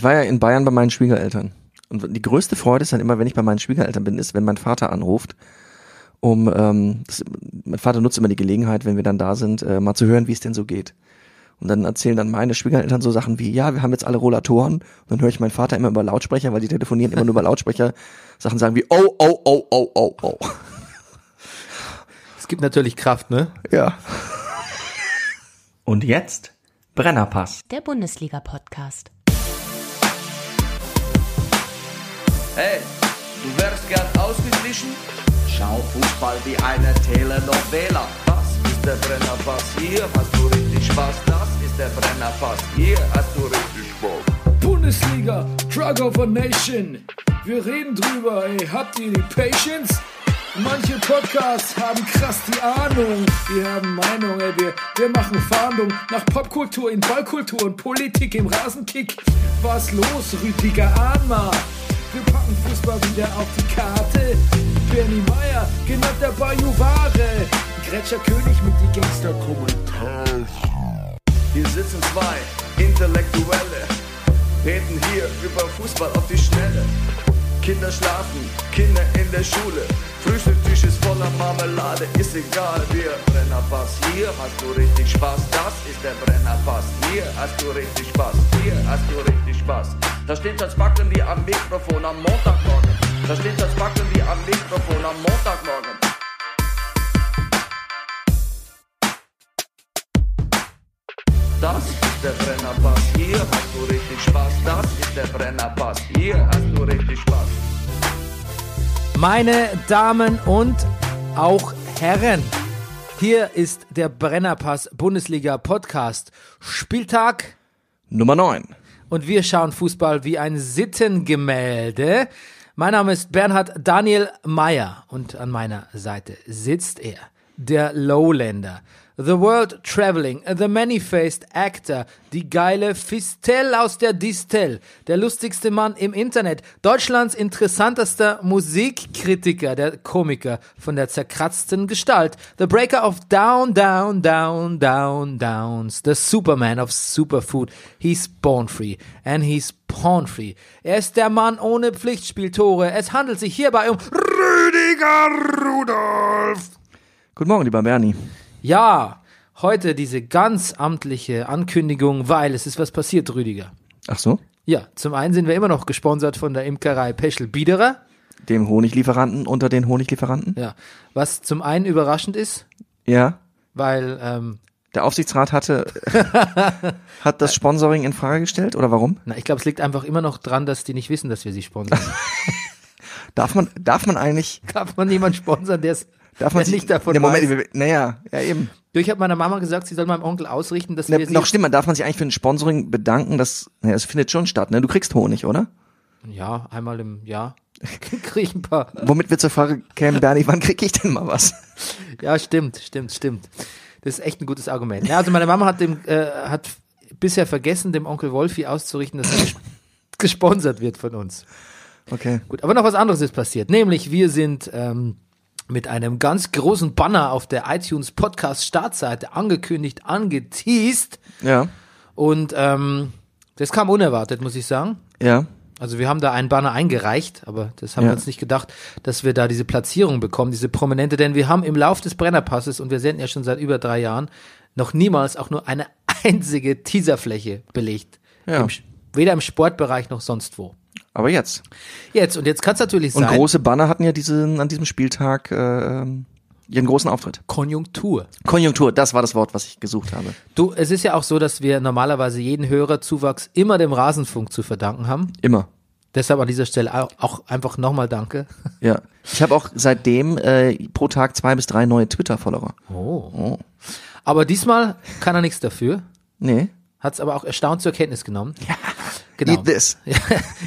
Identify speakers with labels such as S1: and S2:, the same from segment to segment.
S1: war ja in Bayern bei meinen Schwiegereltern. Und die größte Freude ist dann immer, wenn ich bei meinen Schwiegereltern bin, ist, wenn mein Vater anruft, um ähm, das, mein Vater nutzt immer die Gelegenheit, wenn wir dann da sind, äh, mal zu hören, wie es denn so geht. Und dann erzählen dann meine Schwiegereltern so Sachen wie, ja, wir haben jetzt alle Rollatoren. Und dann höre ich meinen Vater immer über Lautsprecher, weil die telefonieren immer nur über Lautsprecher, Sachen sagen wie, oh, oh, oh, oh, oh, oh.
S2: Es gibt natürlich Kraft, ne?
S1: Ja.
S3: Und jetzt Brennerpass.
S4: Der Bundesliga-Podcast.
S5: Hey, du wärst gern ausgeglichen? Schau Fußball wie eine Telenovela. Das ist der Brennerpass, hier hast du richtig Spaß. Das ist der Brennerpass, hier hast du richtig Spaß.
S6: Bundesliga, Drug of a Nation. Wir reden drüber, ey. Habt ihr die Patience? Manche Podcasts haben krass die Ahnung. Wir haben Meinung, ey. Wir, wir machen Fahndung nach Popkultur in Ballkultur und Politik im Rasenkick. Was los, Rüdiger Ahnma? Wir packen Fußball wieder auf die Karte. Bernie Meyer, genannt der Bayou Ware. Gretscher König mit die Gangster-Kommentare.
S5: Hier sitzen zwei Intellektuelle, reden hier über Fußball auf die Schnelle. Kinder schlafen, Kinder in der Schule. Frühstücktisch ist voller Marmelade, ist egal, wir Brennerpass, hier hast du richtig Spaß, das ist der Brennerpass, hier hast du richtig Spaß, hier hast du richtig Spaß. Da steht das Backen wie am Mikrofon am Montagmorgen. Da steht das Backen wie am Mikrofon am Montagmorgen. Das ist der Brennerpass, hier hast du richtig Spaß. Das ist der Brennerpass, hier hast du richtig Spaß.
S2: Meine Damen und auch Herren, hier ist der Brennerpass Bundesliga Podcast Spieltag
S1: Nummer 9.
S2: und wir schauen Fußball wie ein Sittengemälde. Mein Name ist Bernhard Daniel Meyer und an meiner Seite sitzt er, der Lowlander, the world traveling, the many-faced actor, die geile Fistel aus der Distel, der lustigste Mann im Internet, Deutschlands interessantester Musikkritiker, der Komiker von der zerkratzten Gestalt, the breaker of down, down, down, down, downs, the Superman of Superfood, he's born free and he's porn free. Er ist der Mann ohne Pflichtspieltore, es handelt sich hierbei um Rüdiger Rudolf.
S1: Guten Morgen, lieber Bernie.
S2: Ja, heute diese ganz amtliche Ankündigung, weil es ist was passiert, Rüdiger.
S1: Ach so?
S2: Ja, zum einen sind wir immer noch gesponsert von der Imkerei Peschel Biederer.
S1: Dem Honiglieferanten unter den Honiglieferanten?
S2: Ja, was zum einen überraschend ist,
S1: Ja.
S2: weil ähm,
S1: Der Aufsichtsrat hatte, hat das Sponsoring in Frage gestellt oder warum?
S2: na, ich glaube, es liegt einfach immer noch dran, dass die nicht wissen, dass wir sie sponsern.
S1: Darf man, darf man eigentlich,
S2: Darf man jemanden sponsern, der es
S1: darf man
S2: der
S1: sich,
S2: nicht davon
S1: ne, Moment,
S2: weiß?
S1: wir- naja, ja eben.
S2: Du, ich habe meiner Mama gesagt, sie soll meinem Onkel ausrichten, dass
S1: Ne,
S2: wir sie
S1: noch schlimmer, darf man sich eigentlich für ein Sponsoring bedanken, dass, naja, es findet schon statt, ne? Du kriegst Honig, oder?
S2: ja einmal im Jahr kriege ich ein paar.
S1: Womit wir zur Frage kämen, Bernie, wann krieg ich denn mal was?
S2: Ja, stimmt, stimmt, stimmt. Das ist echt ein gutes Argument. Ja, also meine Mama hat dem äh, hat bisher vergessen, dem Onkel Wolfi auszurichten, dass er ges- gesponsert wird von uns.
S1: Okay.
S2: Gut, aber noch was anderes ist passiert. Nämlich, wir sind ähm, mit einem ganz großen Banner auf der iTunes Podcast Startseite angekündigt, angeteased.
S1: Ja.
S2: Und ähm, das kam unerwartet, muss ich sagen.
S1: Ja.
S2: Also wir haben da einen Banner eingereicht, aber das haben wir
S1: Ja.
S2: uns nicht gedacht, dass wir da diese Platzierung bekommen, diese prominente, denn wir haben im Lauf des Brennerpasses, und wir senden ja schon seit über drei Jahren, noch niemals auch nur eine einzige Teaserfläche belegt.
S1: Ja.
S2: Im, Sch- weder im Sportbereich noch sonst wo.
S1: Aber jetzt.
S2: Jetzt, und jetzt kann es natürlich
S1: Und
S2: sein,
S1: große Banner hatten ja diesen, an diesem Spieltag äh, ihren großen Auftritt.
S2: Konjunktur.
S1: Konjunktur, das war das Wort, was ich gesucht habe.
S2: Du, es ist ja auch so, dass wir normalerweise jeden Hörerzuwachs immer dem Rasenfunk zu verdanken haben.
S1: Immer.
S2: Deshalb an dieser Stelle auch, auch einfach nochmal Danke.
S1: Ja. Ich habe auch seitdem äh, pro Tag zwei bis drei neue Twitter-Follower.
S2: Oh. Aber diesmal kann er nichts dafür.
S1: Nee.
S2: Hat's aber auch erstaunt zur Kenntnis genommen. Ja. Genau.
S1: Eat this.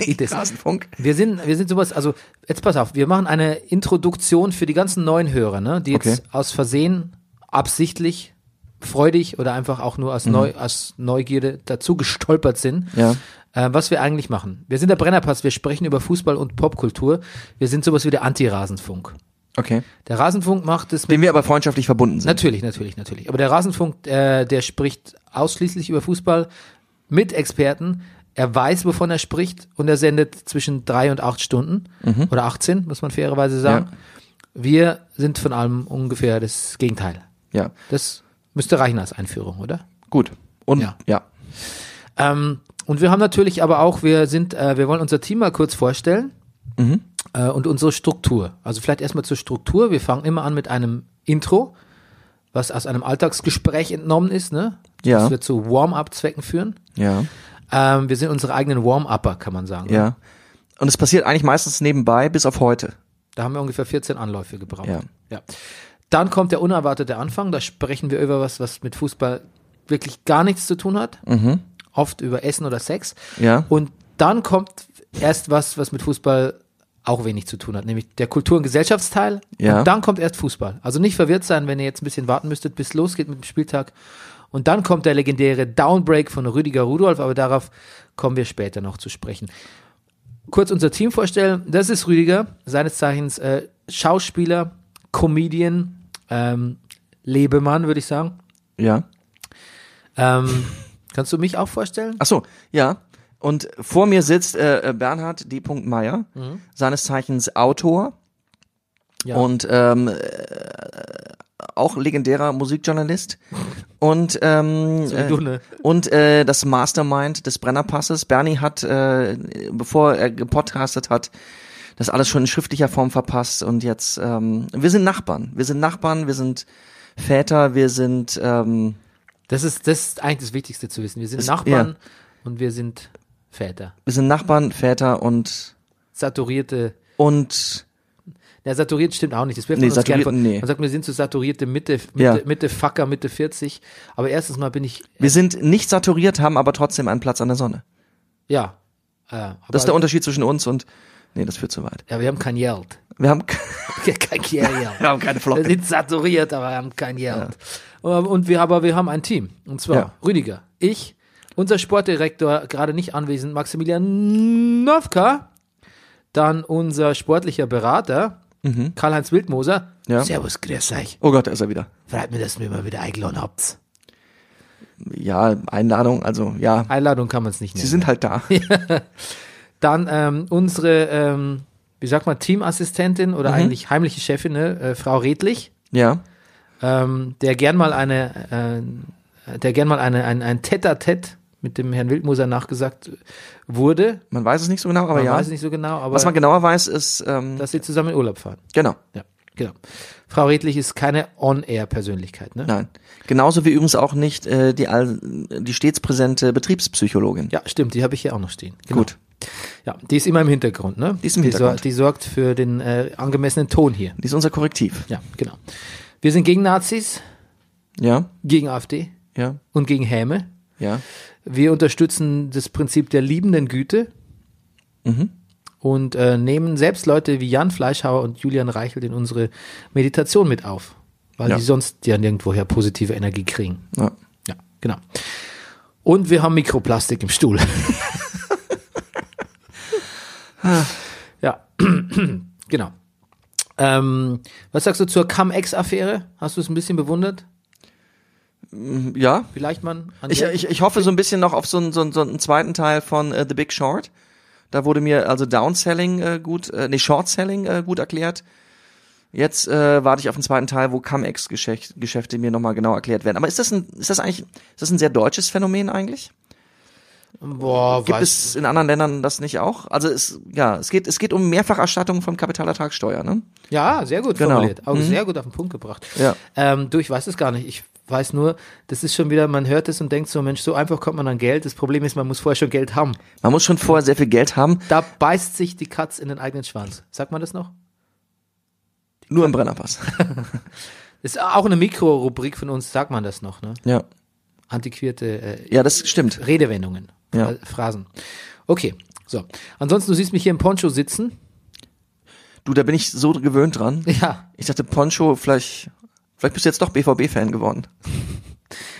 S2: Eat this.
S1: Rasenfunk.
S2: Wir sind, wir sind sowas, also jetzt pass auf, wir machen eine Introduktion für die ganzen neuen Hörer, ne, die jetzt
S1: Okay.
S2: aus Versehen, absichtlich, freudig oder einfach auch nur aus, Neu, aus Neugierde dazu gestolpert sind.
S1: Mhm. Ja.
S2: Äh, was wir eigentlich machen. Wir sind der Brennerpass, wir sprechen über Fußball und Popkultur. Wir sind sowas wie der Anti-Rasenfunk.
S1: Okay.
S2: Der Rasenfunk macht es mit
S1: Dem wir aber freundschaftlich verbunden sind.
S2: Natürlich, natürlich, natürlich. Aber der Rasenfunk, äh, der spricht ausschließlich über Fußball mit Experten Er weiß, wovon er spricht und er sendet zwischen drei und acht Stunden oder 18, muss man fairerweise sagen. Wir sind von allem ungefähr das Gegenteil.
S1: Ja,
S2: Das müsste reichen als Einführung, oder?
S1: gut. Und
S2: Ja.
S1: ja.
S2: Ähm, und wir haben natürlich aber auch, wir sind, äh, wir wollen unser Team mal kurz vorstellen
S1: Mhm.
S2: äh, und unsere Struktur. Also vielleicht erstmal zur Struktur. Wir fangen immer an mit einem Intro, was aus einem Alltagsgespräch entnommen ist, ne?
S1: Ja.
S2: Das wir zu Warm-up-Zwecken führen.
S1: ja,
S2: Ähm, wir sind unsere eigenen Warm-Upper, kann man sagen. ne?
S1: ja. Und es passiert eigentlich meistens nebenbei, bis auf heute.
S2: Da haben wir ungefähr 14 Anläufe gebraucht.
S1: Ja.
S2: ja. Dann kommt der unerwartete Anfang. Da sprechen wir über was, was mit Fußball wirklich gar nichts zu tun hat. Oft über Essen oder Sex.
S1: Mhm. Ja.
S2: Und dann kommt erst was, was mit Fußball auch wenig zu tun hat, nämlich der Kultur- und Gesellschaftsteil.
S1: Ja.
S2: Und dann kommt erst Fußball. Also nicht verwirrt sein, wenn ihr jetzt ein bisschen warten müsstet, bis losgeht mit dem Spieltag. Und dann kommt der legendäre Downbreak von Rüdiger Rudolf, aber darauf kommen wir später noch zu sprechen kurz unser Team vorstellen. Das ist Rüdiger, seines Zeichens äh, Schauspieler, Comedian, ähm, Lebemann, würde ich sagen.
S1: Ja.
S2: Ähm, kannst du mich auch vorstellen?
S1: Ach so, ja. Und vor mir sitzt äh, äh, Bernhard D. Meyer, seines Zeichens Autor
S2: Mhm. Ja.
S1: und ähm, äh, auch legendärer Musikjournalist und ähm,
S2: wie
S1: äh,
S2: du, ne?
S1: und äh, das Mastermind des Brennerpasses. Bernie hat, äh, bevor er gepodcastet hat, das alles schon in schriftlicher Form verpasst und jetzt ähm, wir sind Nachbarn, wir sind Nachbarn, wir sind Väter, wir sind ähm,
S2: Das ist, das ist eigentlich das Wichtigste zu wissen. Wir sind Nachbarn und wir sind Väter.
S1: wir sind Nachbarn, Väter und
S2: Saturierte.
S1: und
S2: Ja, saturiert stimmt auch nicht. Das wirft
S1: Nee,
S2: man uns gerne
S1: saturiert-
S2: vor.
S1: nee.
S2: Man sagt, wir sind so saturierte Mitte, Mitte,
S1: Ja.
S2: Mitte Facker, Mitte 40. Aber erstens mal bin ich,
S1: Wir sind nicht saturiert, haben aber trotzdem einen Platz an der Sonne.
S2: ja. Äh, aber,
S1: Das ist der Unterschied zwischen uns und. Nee, das führt zu weit.
S2: ja, wir haben kein Geld.
S1: Wir haben,
S2: kein Geld.
S1: wir haben keine
S2: Wir
S1: Flocke.
S2: sind saturiert, aber haben kein Geld. Ähm, Und wir, aber wir haben ein Team. Und zwar
S1: Ja.
S2: Rüdiger, ich, unser Sportdirektor, gerade nicht anwesend, Maximilian Nowka, dann unser sportlicher Berater, Karl-Heinz Wildmoser.
S1: Mhm. Ja.
S2: Servus, grüß euch.
S1: Oh Gott, da ist er wieder.
S2: Freut mich, dass wir mal wieder eingeladen habt.
S1: Ja, Einladung, also ja.
S2: Einladung kann man es nicht nennen.
S1: Sie sind halt da.
S2: Dann ähm, unsere, ähm, wie sagt man, Teamassistentin oder
S1: Mhm.
S2: eigentlich heimliche Chefin, ne? äh, Frau Redlich.
S1: Ja.
S2: ähm, der gern mal eine, äh, der gern mal eine, ein, ein Tête-à-Tête mit dem Herrn Wildmoser nachgesagt wurde.
S1: Man weiß es nicht so genau, aber
S2: Man
S1: ja.
S2: weiß nicht so genau, aber
S1: Was man genauer weiß, ist. Ähm,
S2: dass sie zusammen in Urlaub fahren.
S1: genau.
S2: Ja, genau. Frau Redlich ist keine On-Air-Persönlichkeit, ne?
S1: Nein. Genauso wie übrigens auch nicht äh, die, all, die stets präsente Betriebspsychologin.
S2: Ja, stimmt, die habe ich hier auch noch stehen. Genau.
S1: Gut.
S2: Ja, die ist immer im Hintergrund, ne?
S1: Die ist im
S2: sor-
S1: Hintergrund.
S2: Die sorgt für den äh, angemessenen Ton hier.
S1: Die ist unser Korrektiv.
S2: Ja, genau. Wir sind gegen Nazis,
S1: Ja.
S2: gegen AfD
S1: Ja.
S2: und gegen Häme.
S1: Ja.
S2: Wir unterstützen das Prinzip der liebenden Güte
S1: Mhm.
S2: und äh, nehmen selbst Leute wie Jan Fleischhauer und Julian Reichelt in unsere Meditation mit auf, weil
S1: Ja.
S2: die sonst ja nirgendwoher positive Energie kriegen.
S1: ja.
S2: Ja, genau. Und wir haben Mikroplastik im Stuhl. ja, genau. Ähm, was sagst du zur Cum-Ex-Affäre? Hast du es ein bisschen bewundert?
S1: ja.
S2: Vielleicht man an
S1: Ich,
S2: der-
S1: ich, ich hoffe so ein bisschen noch auf so einen, so einen, so einen zweiten Teil von äh, The Big Short. Da wurde mir also Downselling äh, gut, äh, nee, Shortselling äh, gut erklärt. Jetzt äh, warte ich auf den zweiten Teil, wo Comex-Geschäfte mir nochmal genau erklärt werden. Aber ist das ein, ist das eigentlich, ist das ein sehr deutsches Phänomen eigentlich?
S2: Boah,
S1: Gibt
S2: weiß-
S1: es in anderen Ländern das nicht auch? Also es, ja, es geht, es geht um Mehrfacherstattung von Kapitalertragssteuer, ne?
S2: Ja, sehr gut
S1: Genau.
S2: formuliert. Auch sehr gut auf den Punkt gebracht.
S1: Ja.
S2: Ähm, du, ich weiß es gar nicht. Ich weiß nur, das ist schon wieder, man hört es und denkt so, Mensch, so einfach kommt man an Geld. Das Problem ist, man muss vorher schon Geld haben.
S1: Man muss schon vorher sehr viel Geld haben,
S2: Da beißt sich die Katz in den eigenen Schwanz. Sagt man das noch?
S1: nur im Brennerpass.
S2: Ist auch eine Mikrorubrik von uns, sagt man das noch, ne?
S1: ja.
S2: Antiquierte äh,
S1: Ja, das stimmt.
S2: Redewendungen,
S1: Ja.
S2: äh, Phrasen. Okay, so. Ansonsten, du siehst mich hier im Poncho sitzen.
S1: Du, da bin ich so gewöhnt dran.
S2: Ja.
S1: Ich dachte, Poncho, vielleicht, vielleicht bist du jetzt doch BVB-Fan geworden.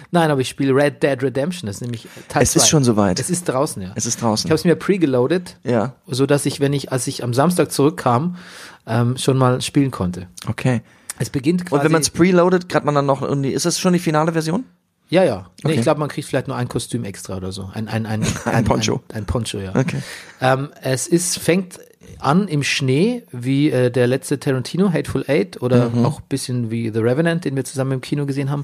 S2: Nein, aber ich spiele Red Dead Redemption. Das ist nämlich Teil
S1: Es ist
S2: zwei.
S1: schon soweit.
S2: Es ist draußen, ja.
S1: Es ist
S2: ich
S1: draußen.
S2: habe es mir pre-geloadet.
S1: ja,
S2: so dass ich, wenn ich, als ich am Samstag zurückkam, ähm, schon mal spielen konnte.
S1: okay.
S2: Es beginnt quasi.
S1: Und wenn man es preloadet, hat man dann noch irgendwie, ist das schon die finale Version?
S2: Ja, ja. Nee,
S1: Okay.
S2: Ich glaube, man kriegt vielleicht nur ein Kostüm extra oder so. Ein, ein, ein,
S1: Ein Poncho.
S2: Ein, ein Poncho, ja.
S1: Okay.
S2: Ähm, es ist, fängt an im Schnee, wie äh, der letzte Tarantino, Hateful Eight, oder
S1: Mhm.
S2: auch ein bisschen wie The Revenant, den wir zusammen im Kino gesehen haben.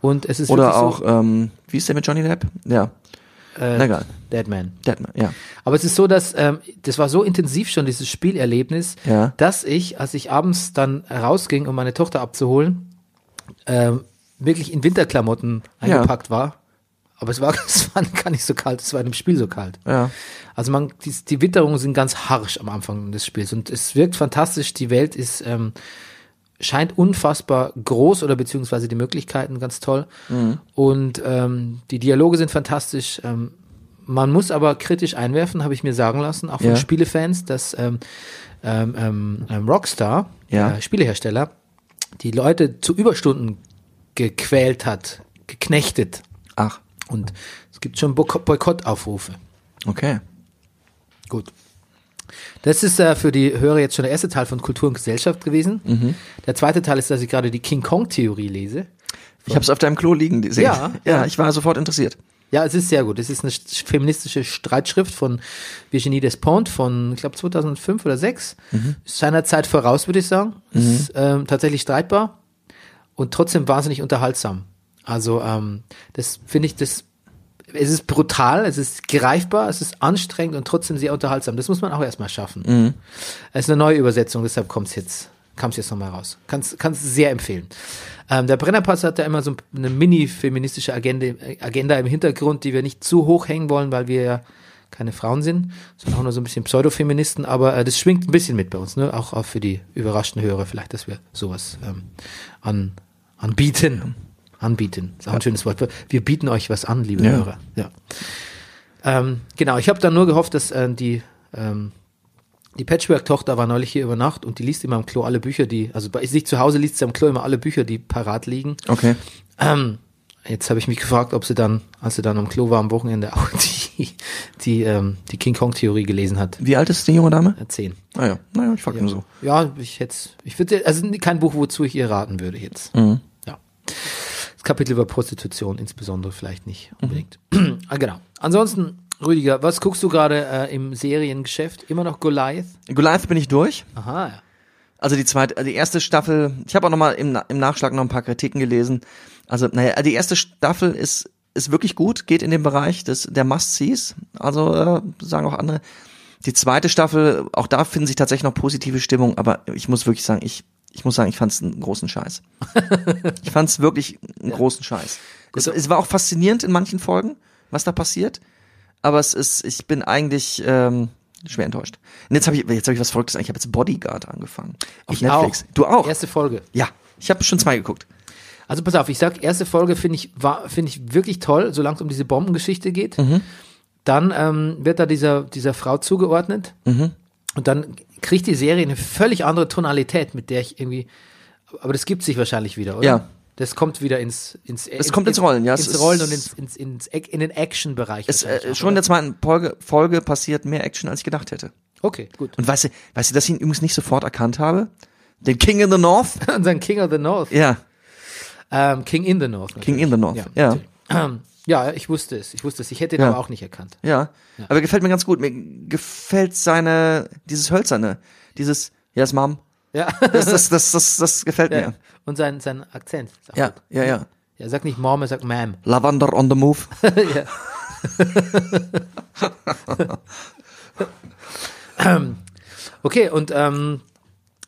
S2: Und es ist
S1: Oder
S2: wirklich
S1: auch,
S2: so,
S1: ähm, wie ist der mit Johnny Depp? Ja,
S2: äh,
S1: na egal.
S2: Deadman.
S1: Deadman, ja.
S2: Aber es ist so, dass ähm, das war so intensiv schon, dieses Spielerlebnis,
S1: Ja.
S2: dass ich, als ich abends dann rausging, um meine Tochter abzuholen, ähm, wirklich in Winterklamotten
S1: Ja.
S2: eingepackt war. Aber es war, es war gar nicht so kalt, es war in dem Spiel so kalt.
S1: Ja.
S2: Also man, die, die Witterungen sind ganz harsch am Anfang des Spiels und es wirkt fantastisch. Die Welt ist ähm, scheint unfassbar groß oder beziehungsweise die Möglichkeiten ganz toll
S1: Mhm.
S2: und ähm, die Dialoge sind fantastisch. Ähm, man muss aber kritisch einwerfen, habe ich mir sagen lassen, auch von
S1: Ja.
S2: Spielefans, dass ähm, ähm, ähm, ähm, Rockstar,
S1: Ja.
S2: der Spielehersteller, die Leute zu Überstunden gequält hat, geknechtet
S1: Ach,
S2: und es gibt schon Boyko- Boykottaufrufe.
S1: okay.
S2: Gut. Das ist äh, für die Hörer jetzt schon der erste Teil von Kultur und Gesellschaft gewesen. Der zweite Teil ist, dass ich gerade die King Kong-Theorie lese.
S1: Ich habe es auf deinem Klo liegen gesehen.
S2: Ja,
S1: ja, ich war sofort interessiert.
S2: Ja, es ist sehr gut. Es ist eine sch- feministische Streitschrift von Virginie Despont von, ich glaube, 2005 oder 6. Ist Seiner Zeit voraus, würde ich sagen. Ist ähm, tatsächlich streitbar und trotzdem wahnsinnig unterhaltsam. Also ähm, das finde ich, das es ist brutal, es ist greifbar, es ist anstrengend und trotzdem sehr unterhaltsam. Das muss man auch erstmal schaffen. Es ist eine neue Übersetzung, deshalb kommt's jetzt, kam es jetzt nochmal raus. Kannst kannst sehr empfehlen. Ähm, der Brennerpass hat da immer so eine mini-feministische Agenda, Agenda im Hintergrund, die wir nicht zu hoch hängen wollen, weil wir ja keine Frauen sind, sondern auch nur so ein bisschen Pseudofeministen, aber äh, das schwingt ein bisschen mit bei uns, ne? auch, auch für die überraschten Hörer vielleicht, dass wir sowas ähm, an, anbieten. Anbieten, ist auch ein schönes Wort. Wir bieten euch was an, liebe
S1: Ja.
S2: Hörer. Ja. Ähm, genau, ich habe dann nur gehofft, dass äh, die ähm, die Patchwork-Tochter war neulich hier über Nacht und die liest immer am Klo alle Bücher, die, also bei sich zu Hause liest sie am Klo immer alle Bücher, die parat liegen.
S1: Okay.
S2: Ähm, jetzt habe ich mich gefragt, ob sie dann, als sie dann am Klo war am Wochenende, auch die, die, ähm, die King Kong-Theorie gelesen hat.
S1: Wie alt ist die junge Dame? Ah
S2: Erzählen.
S1: Naja, naja, ich frag nur so.
S2: Ja, ich hätte, ich würde, also kein Buch, wozu ich ihr raten würde jetzt. Ja. Das Kapitel über Prostitution insbesondere vielleicht nicht unbedingt. ah, genau. Ansonsten, Rüdiger, was guckst du gerade äh, im Seriengeschäft? Immer noch Goliath?
S1: Goliath bin ich durch.
S2: Aha, ja.
S1: Also die zweite, also die erste Staffel, ich habe auch nochmal im, Na- im Nachschlag noch ein paar Kritiken gelesen. Also, naja, also die erste Staffel ist, ist wirklich gut, geht in den Bereich des, der Must-Sees. Also, äh, sagen auch andere. Die zweite Staffel, auch da finden sich tatsächlich noch positive Stimmung, aber ich muss wirklich sagen, ich, ich muss sagen, ich fand es einen großen Scheiß. ich fand es wirklich einen großen Scheiß. Es, es war auch faszinierend in manchen Folgen, was da passiert, aber es ist, ich bin eigentlich ähm, schwer enttäuscht. Und jetzt habe ich, jetzt habe ich was Verrücktes. Ich habe jetzt Bodyguard angefangen auf
S2: Ich
S1: Netflix.
S2: auch.
S1: Du auch?
S2: Erste Folge.
S1: Ja, ich habe schon zwei geguckt.
S2: Also pass auf, ich sag, erste Folge finde ich, war- finde ich wirklich toll, solange es um diese Bombengeschichte geht.
S1: Mhm.
S2: Dann ähm, wird da dieser, dieser Frau zugeordnet.
S1: Mhm.
S2: Und dann kriegt die Serie eine völlig andere Tonalität, mit der ich irgendwie. Aber das gibt sich wahrscheinlich wieder, oder?
S1: Ja.
S2: Das kommt wieder ins ins Es
S1: kommt ins Rollen, ja, es
S2: Ins
S1: ist-
S2: Rollen und ins, ins, ins, Ac- in den Action-Bereich.
S1: Es,
S2: wahrscheinlich
S1: äh,
S2: auch,
S1: schon in
S2: oder?
S1: der zweiten Folge, Folge passiert mehr Action, als ich gedacht hätte.
S2: Okay, gut.
S1: Und weißt du, weißt du, dass ich ihn übrigens nicht sofort erkannt habe? Den King in the North?
S2: Und dann King of the North.
S1: Ja,
S2: Ähm, King in the North.
S1: King in the North.
S2: Ja,
S1: Ja, ja.
S2: natürlich. ja, ich wusste es. Ich wusste es. Ich hätte ihn
S1: Ja.
S2: aber auch nicht erkannt.
S1: Aber gefällt mir ganz gut. Mir gefällt seine, dieses Hölzerne, dieses Yes, Mom.
S2: Ja.
S1: Das, das, das, das, das gefällt
S2: Ja.
S1: mir.
S2: Und sein, sein Akzent. Ist auch
S1: Ja,
S2: gut.
S1: ja, ja.
S2: Er sagt nicht Mom, er sagt Ma'am.
S1: Lavender on the Move.
S2: ja. Ähm, okay, und ähm,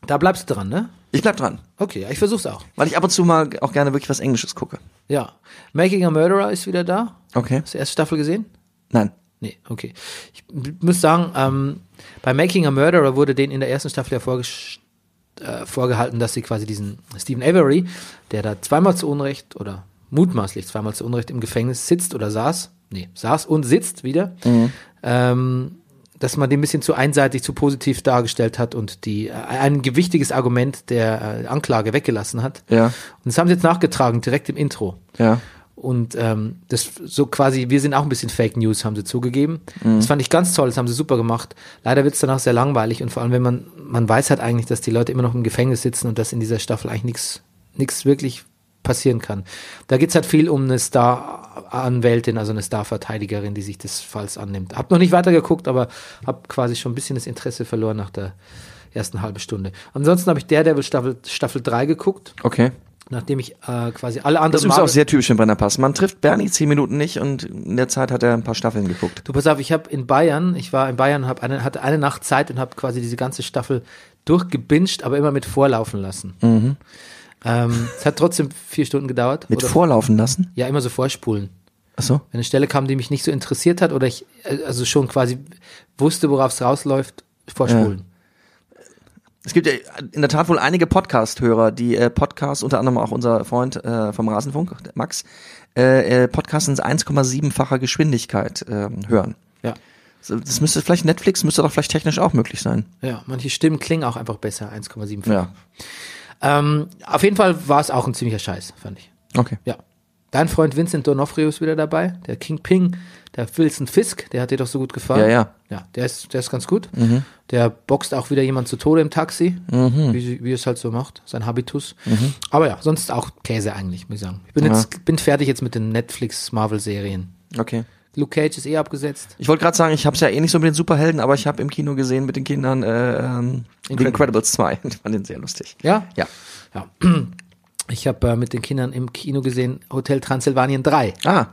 S2: da bleibst du dran, ne?
S1: Ich bleib dran,
S2: Okay, ja, ich versuch's auch.
S1: weil ich ab und zu mal auch gerne wirklich was Englisches gucke.
S2: Ja. Making a Murderer ist wieder da.
S1: Okay.
S2: Hast du die erste Staffel gesehen?
S1: Nein.
S2: Nee, okay. Ich m- muss sagen, ähm, bei Making a Murderer wurde denen in der ersten Staffel ja vorgesch- äh, vorgehalten, dass sie quasi diesen Stephen Avery, der da zweimal zu Unrecht oder mutmaßlich zweimal zu Unrecht im Gefängnis sitzt oder saß, nee, saß und sitzt wieder, ähm, dass man den ein bisschen zu einseitig, zu positiv dargestellt hat und die äh, ein gewichtiges Argument der äh, Anklage weggelassen hat.
S1: Ja.
S2: Und das haben sie jetzt nachgetragen, direkt im Intro.
S1: Ja.
S2: Und ähm, das so quasi, wir sind auch ein bisschen Fake News, haben sie zugegeben.
S1: Mhm.
S2: Das fand ich ganz toll, das haben sie super gemacht. Leider wird es danach sehr langweilig und vor allem, wenn man, man weiß halt eigentlich, dass die Leute immer noch im Gefängnis sitzen und dass in dieser Staffel eigentlich nichts wirklich passieren kann. Da geht's halt viel um eine Star-Anwältin, also eine Star-Verteidigerin, die sich des Falls annimmt. Hab noch nicht weitergeguckt, aber hab quasi schon ein bisschen das Interesse verloren nach der ersten halben Stunde. Ansonsten habe ich Daredevil Staffel, Staffel 3 geguckt,
S1: Okay.
S2: nachdem ich äh, quasi alle
S1: Das
S2: anderen
S1: ist auch
S2: Marvel-
S1: sehr typisch im Brennerpass. Man trifft Bernie zehn Minuten nicht und in der Zeit hat er ein paar Staffeln geguckt.
S2: Du pass auf, ich habe in Bayern, ich war in Bayern, hab eine, hatte eine Nacht Zeit und habe quasi diese ganze Staffel durchgebinscht, aber immer mit vorlaufen lassen. Ähm, es hat trotzdem vier Stunden gedauert.
S1: Mit
S2: Oder-
S1: vorlaufen lassen?
S2: Ja, immer so vorspulen.
S1: Ach so.
S2: Wenn eine Stelle kam, die mich nicht so interessiert hat oder ich äh, also schon quasi wusste, worauf es rausläuft, vorspulen.
S1: Es gibt ja in der Tat wohl einige Podcast-Hörer, die äh, Podcasts, unter anderem auch unser Freund äh, vom Rasenfunk, der Max, äh, äh, Podcasts in 1,7-facher Geschwindigkeit ähm, hören.
S2: Ja.
S1: So, Das müsste vielleicht Netflix, müsste doch vielleicht technisch auch möglich sein.
S2: Ja, manche Stimmen klingen auch einfach besser, 1,75.
S1: Ja.
S2: Ähm, auf jeden Fall war es auch ein ziemlicher Scheiß, fand ich.
S1: Okay.
S2: Ja. Dein Freund Vincent Donofrio ist wieder dabei, der King Ping, der Wilson Fisk, der hat dir doch so gut gefallen.
S1: Ja, ja. Mhm.
S2: Ja, der ist, der ist ganz gut. Der boxt auch wieder jemand zu Tode im Taxi, wie, sie- wie es halt so macht, sein Habitus.
S1: Mhm.
S2: Aber ja, sonst auch Käse eigentlich, muss ich sagen. Ich bin, jetzt, bin fertig jetzt mit den Netflix-Marvel-Serien.
S1: Okay.
S2: Luke Cage ist eh abgesetzt.
S1: Ich wollte gerade sagen, ich habe es ja eh nicht so mit den Superhelden, aber ich habe im Kino gesehen mit den Kindern äh, ähm, The Incredibles 2. Ich fand den sehr lustig.
S2: Ja?
S1: Ja.
S2: ja. Ich habe äh, mit den Kindern im Kino gesehen Hotel Transsilvanien 3.
S1: Ah,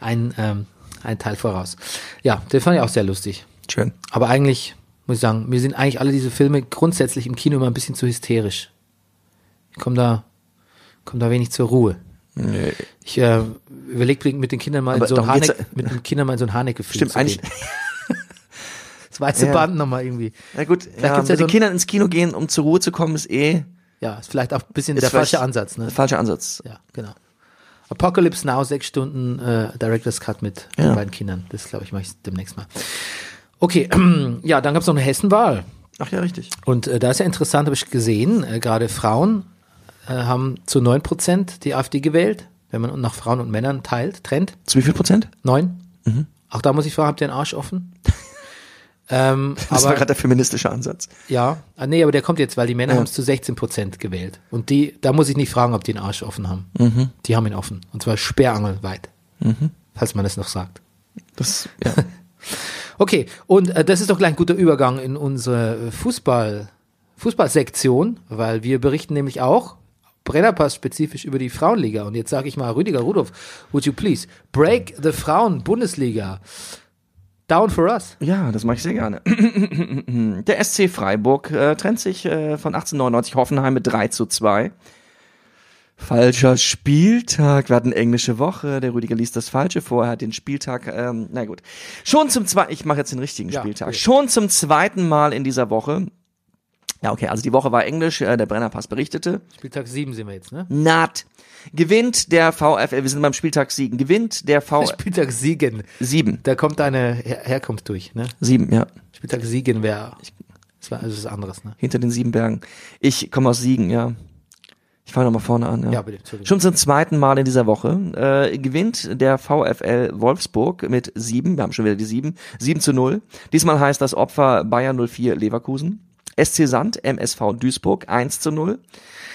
S2: Ein, ähm, ein Teil voraus. Ja, den fand ich auch sehr lustig.
S1: schön.
S2: Aber eigentlich, muss ich sagen, mir sind eigentlich alle diese Filme grundsätzlich im Kino immer ein bisschen zu hysterisch. Ich komme da, komm da wenig zur Ruhe. Ich äh, überlege mit den Kindern mal in
S1: Aber
S2: so ein
S1: darum geht's
S2: Haneke, mit den Kindern mal in so ein Haneke-Film
S1: Stimmt,
S2: zu
S1: eigentlich-
S2: gehen. Das weiße
S1: Ja.
S2: Band nochmal irgendwie.
S1: Na gut, ja, mit
S2: gibt's ja so
S1: den
S2: ein-
S1: Kindern ins Kino gehen, um zur Ruhe zu kommen, ist eh
S2: Ja, ist vielleicht auch ein bisschen
S1: ist
S2: der falsche
S1: vielleicht-
S2: Ansatz. Ne?
S1: Falscher Ansatz.
S2: Ja, genau. Apocalypse Now, sechs Stunden äh, Director's Cut mit den
S1: Ja.
S2: beiden Kindern. Das, glaube ich, mache ich demnächst mal. Okay, ja, dann gab es noch eine Hessenwahl.
S1: Ach ja, richtig.
S2: Und äh, da ist ja interessant, habe ich gesehen, äh, gerade Frauen äh, haben zu 9% die AfD gewählt, wenn man nach Frauen und Männern teilt, trennt.
S1: Zu wie viel Prozent?
S2: Neun.
S1: Mhm.
S2: Auch da muss ich fragen, habt ihr den Arsch offen? ähm,
S1: Das war
S2: aber
S1: gerade der feministische Ansatz.
S2: ja, ah, nee, aber der kommt jetzt, weil die Männer haben es zu 16% gewählt. Und die, da muss ich nicht fragen, ob die den Arsch offen haben.
S1: Mhm.
S2: Die haben ihn offen. Und zwar sperrangelweit. Falls man das noch sagt.
S1: Das, ja.
S2: Okay, und äh, das ist doch gleich ein guter Übergang in unsere äh, Fußball, Fußballsektion, weil wir berichten nämlich auch Brennerpass spezifisch über die Frauenliga. Und jetzt sage ich mal, Rüdiger Rudolph, would you please break the Frauen-Bundesliga? Down for us.
S1: ja, das mache ich sehr gerne. Der SC Freiburg äh, trennt sich äh, von 1899 Hoffenheim mit 3 zu 2. Falscher Spieltag. Wir hatten englische Woche. Der Rüdiger liest das Falsche vor. Er hat den Spieltag, ähm, na gut. Schon zum zweiten, ich mache jetzt den richtigen
S2: Ja,
S1: Spieltag.
S2: okay.
S1: Schon zum zweiten Mal in dieser Woche. Ja, okay, also die Woche war englisch. Äh, der Brennerpass berichtete.
S2: Spieltag 7 sind wir jetzt, ne?
S1: Naht. Gewinnt der VfL, wir sind beim Spieltag Siegen, gewinnt der VfL
S2: Spieltag Siegen.
S1: Sieben.
S2: Da kommt deine Her Herkunft durch, ne?
S1: Sieben, ja.
S2: Spieltag Siegen wäre. Das war also was anderes, ne?
S1: Hinter den sieben Bergen. Ich komme aus Siegen, ja. Ich fange nochmal vorne an, ja.
S2: Ja, bitte, Entschuldigung.
S1: Schon zum zweiten Mal in dieser Woche äh, gewinnt der VfL Wolfsburg mit sieben, wir haben schon wieder die sieben, sieben zu null. Diesmal heißt das Opfer Bayern 04 Leverkusen. SC Sand, MSV Duisburg 1 zu 0.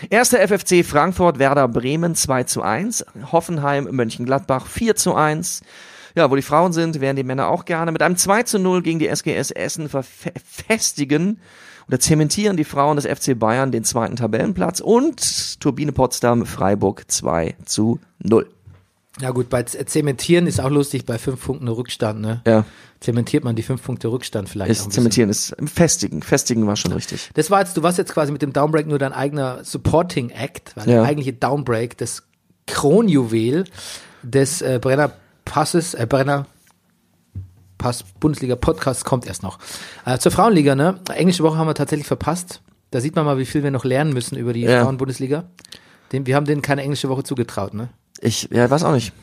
S1: Erster FFC Frankfurt, Werder Bremen 2 zu 1. Hoffenheim, Mönchengladbach 4 zu 1. Ja, wo die Frauen sind, wären die Männer auch gerne. Mit einem 2 zu 0 gegen die SGS Essen verfestigen oder zementieren die Frauen des FC Bayern den zweiten Tabellenplatz und Turbine Potsdam Freiburg 2 zu 0.
S2: Ja gut, bei Z- Zementieren ist auch lustig, bei fünf Punkten Rückstand, ne?
S1: Ja,
S2: Zementiert man die fünf Punkte Rückstand vielleicht auch ein
S1: ist
S2: bisschen.
S1: zementieren, ist festigen. Festigen war schon richtig.
S2: Das war jetzt, du warst jetzt quasi mit dem Downbreak nur dein eigener Supporting Act, weil
S1: Ja.
S2: der eigentliche Downbreak, das Kronjuwel des äh, Brenner Passes, äh, Brenner Pass Bundesliga Podcast kommt erst noch. Äh, zur Frauenliga, ne? Englische Woche haben wir tatsächlich verpasst. Da sieht man mal, wie viel wir noch lernen müssen über die
S1: Ja.
S2: Frauen-Bundesliga. Dem, wir haben denen keine englische Woche zugetraut, ne?
S1: Ich, ja, weiß auch nicht.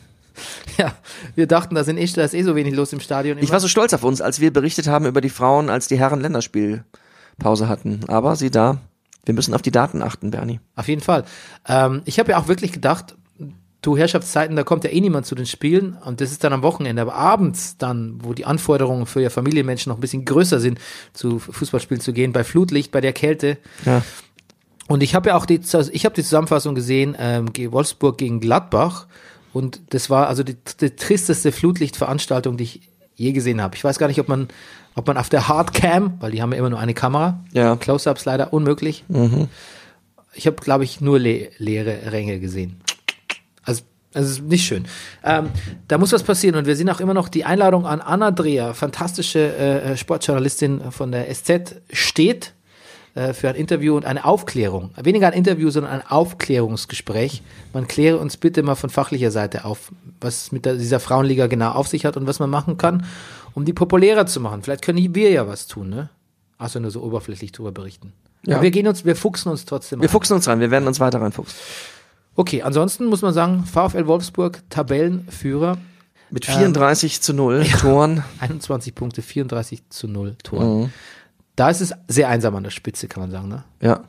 S2: Ja, wir dachten, da, sind eh, da ist eh so wenig los im Stadion.
S1: Ich war so stolz auf uns, als wir berichtet haben über die Frauen, als die Herren Länderspielpause hatten. Aber sieh da, wir müssen auf die Daten achten, Bernie.
S2: Auf jeden Fall. Ähm, ich habe ja auch wirklich gedacht, du Herrschaftszeiten, da kommt ja eh niemand zu den Spielen und das ist dann am Wochenende. Aber abends dann, wo die Anforderungen für ja Familienmenschen noch ein bisschen größer sind, zu Fußballspielen zu gehen, bei Flutlicht, bei der Kälte,
S1: Ja.
S2: Und ich habe ja auch die, also ich habe die Zusammenfassung gesehen, ähm, ge- Wolfsburg gegen Gladbach. Und das war also die, die tristeste Flutlichtveranstaltung, die ich je gesehen habe. Ich weiß gar nicht, ob man, ob man auf der Hardcam, weil die haben ja immer nur eine Kamera,
S1: Ja. Mhm.
S2: Close-ups leider unmöglich. Ich habe, glaube ich, nur le leere Ränge gesehen. Also, also es ist nicht schön. Ähm, da muss was passieren und wir sehen auch immer noch die Einladung an Anna Dreher, fantastische äh, Sportjournalistin von der SZ, steht äh, für ein Interview und eine Aufklärung. Weniger ein Interview, sondern ein Aufklärungsgespräch. Man kläre uns bitte mal von fachlicher Seite auf, was es mit der, dieser Frauenliga genau auf sich hat und was man machen kann, um die populärer zu machen. Vielleicht können wir ja was tun, ne? Achso, nur so oberflächlich drüber berichten.
S1: Ja.
S2: Aber wir gehen uns, wir fuchsen uns trotzdem
S1: Wir fuchsen uns rein, wir werden uns weiter reinfuchsen.
S2: Okay, ansonsten muss man sagen, VfL Wolfsburg, Tabellenführer,
S1: Mit 34 zu 0 Toren.
S2: 21 Punkte, 34 zu 0 Toren. Da ist es sehr einsam an der Spitze, kann man sagen, ne?
S1: Ja.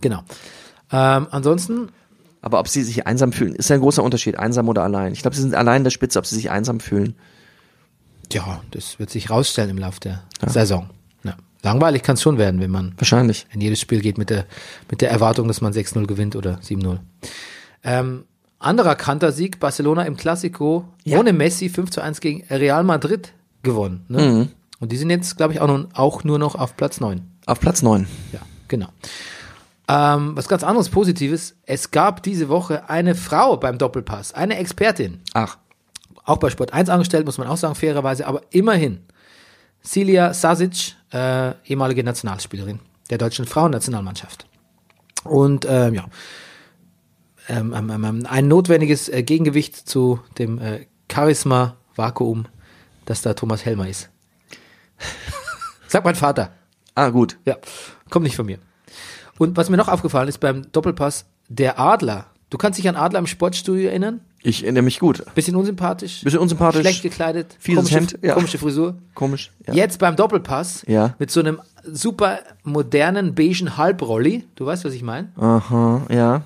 S2: Genau. Ähm, ansonsten,
S1: Aber ob sie sich einsam fühlen, ist ja ein großer Unterschied, einsam oder allein. Ich glaube, sie sind allein in der Spitze, ob sie sich einsam fühlen.
S2: ja, das wird sich rausstellen im Laufe der Saison. Ja. Langweilig kann es schon werden, wenn man
S1: Wahrscheinlich.
S2: in jedes Spiel geht mit der, mit der Erwartung, dass man 6-0 gewinnt oder 7-0. Ähm, anderer Kantersieg, Barcelona im Classico ohne Messi 5 zu 1 gegen Real Madrid gewonnen. Ne? Und die sind jetzt, glaube ich, auch, nun, auch nur noch auf Platz 9.
S1: Auf Platz 9.
S2: Ja, genau. Ähm, was ganz anderes Positives, es gab diese Woche eine Frau beim Doppelpass, eine Expertin.
S1: Ach.
S2: Auch bei Sport 1 angestellt, muss man auch sagen, fairerweise, aber immerhin. Celia Sasic, äh, ehemalige Nationalspielerin der deutschen Frauennationalmannschaft. Und ähm, ja, ähm, ähm, ähm, ähm, ein notwendiges äh, Gegengewicht zu dem äh, Charisma-Vakuum, das da Thomas Helmer ist. Sagt mein Vater.
S1: Ah, gut.
S2: Ja, kommt nicht von mir. Und was mir noch aufgefallen ist beim Doppelpass, der Adler. Du kannst dich an Adler im Sportstudio erinnern?
S1: Ich erinnere mich gut.
S2: Bisschen unsympathisch.
S1: Bisschen unsympathisch.
S2: Schlecht gekleidet.
S1: Fieses
S2: komische,
S1: Hemd, ja.
S2: komische Frisur.
S1: Komisch. Ja.
S2: Jetzt beim Doppelpass
S1: Ja.
S2: mit so einem super modernen beigen Halbrolli. Du weißt, was ich meine?
S1: Aha, ja.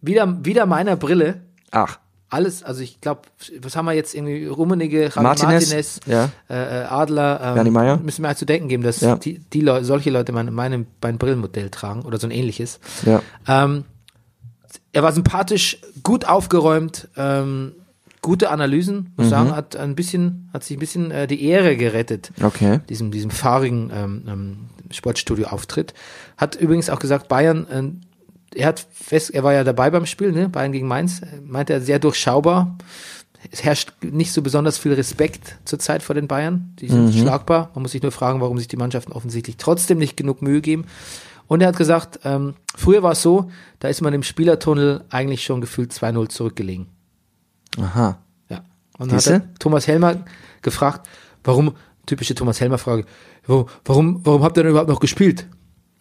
S2: Wieder, wieder meiner Brille.
S1: Ach.
S2: Alles, also ich glaube, was haben wir jetzt irgendwie? Rummenige, Javi
S1: Martinez,
S2: Martinez,
S1: ja.
S2: äh, äh, Adler, ähm,
S1: Bernie Meyer.
S2: müssen wir halt zu denken geben, dass
S1: Ja.
S2: die, die Leu solche Leute mein, mein, mein Brillenmodell tragen oder so ein ähnliches.
S1: Ja.
S2: Ähm, er war sympathisch, gut aufgeräumt, ähm, gute Analysen, muss sagen, hat ein bisschen, hat sich ein bisschen äh, die Ehre gerettet.
S1: Okay.
S2: Diesem, diesem fahrigen ähm, ähm, Sportstudio-Auftritt. Hat übrigens auch gesagt, Bayern, ähm, er hat fest, er war ja dabei beim Spiel, ne? Bayern gegen Mainz, äh, meinte er sehr durchschaubar. Es herrscht nicht so besonders viel Respekt zurzeit vor den Bayern. Die sind schlagbar. Man muss sich nur fragen, warum sich die Mannschaften offensichtlich trotzdem nicht genug Mühe geben. Und er hat gesagt, ähm, früher war es so, da ist man im Spielertunnel eigentlich schon gefühlt 2-0 zurückgelegen.
S1: Aha.
S2: Ja. Und dann hat
S1: Siehste?
S2: er Thomas Helmer gefragt, warum, typische Thomas Helmer-Frage, warum, warum, warum habt ihr denn überhaupt noch gespielt?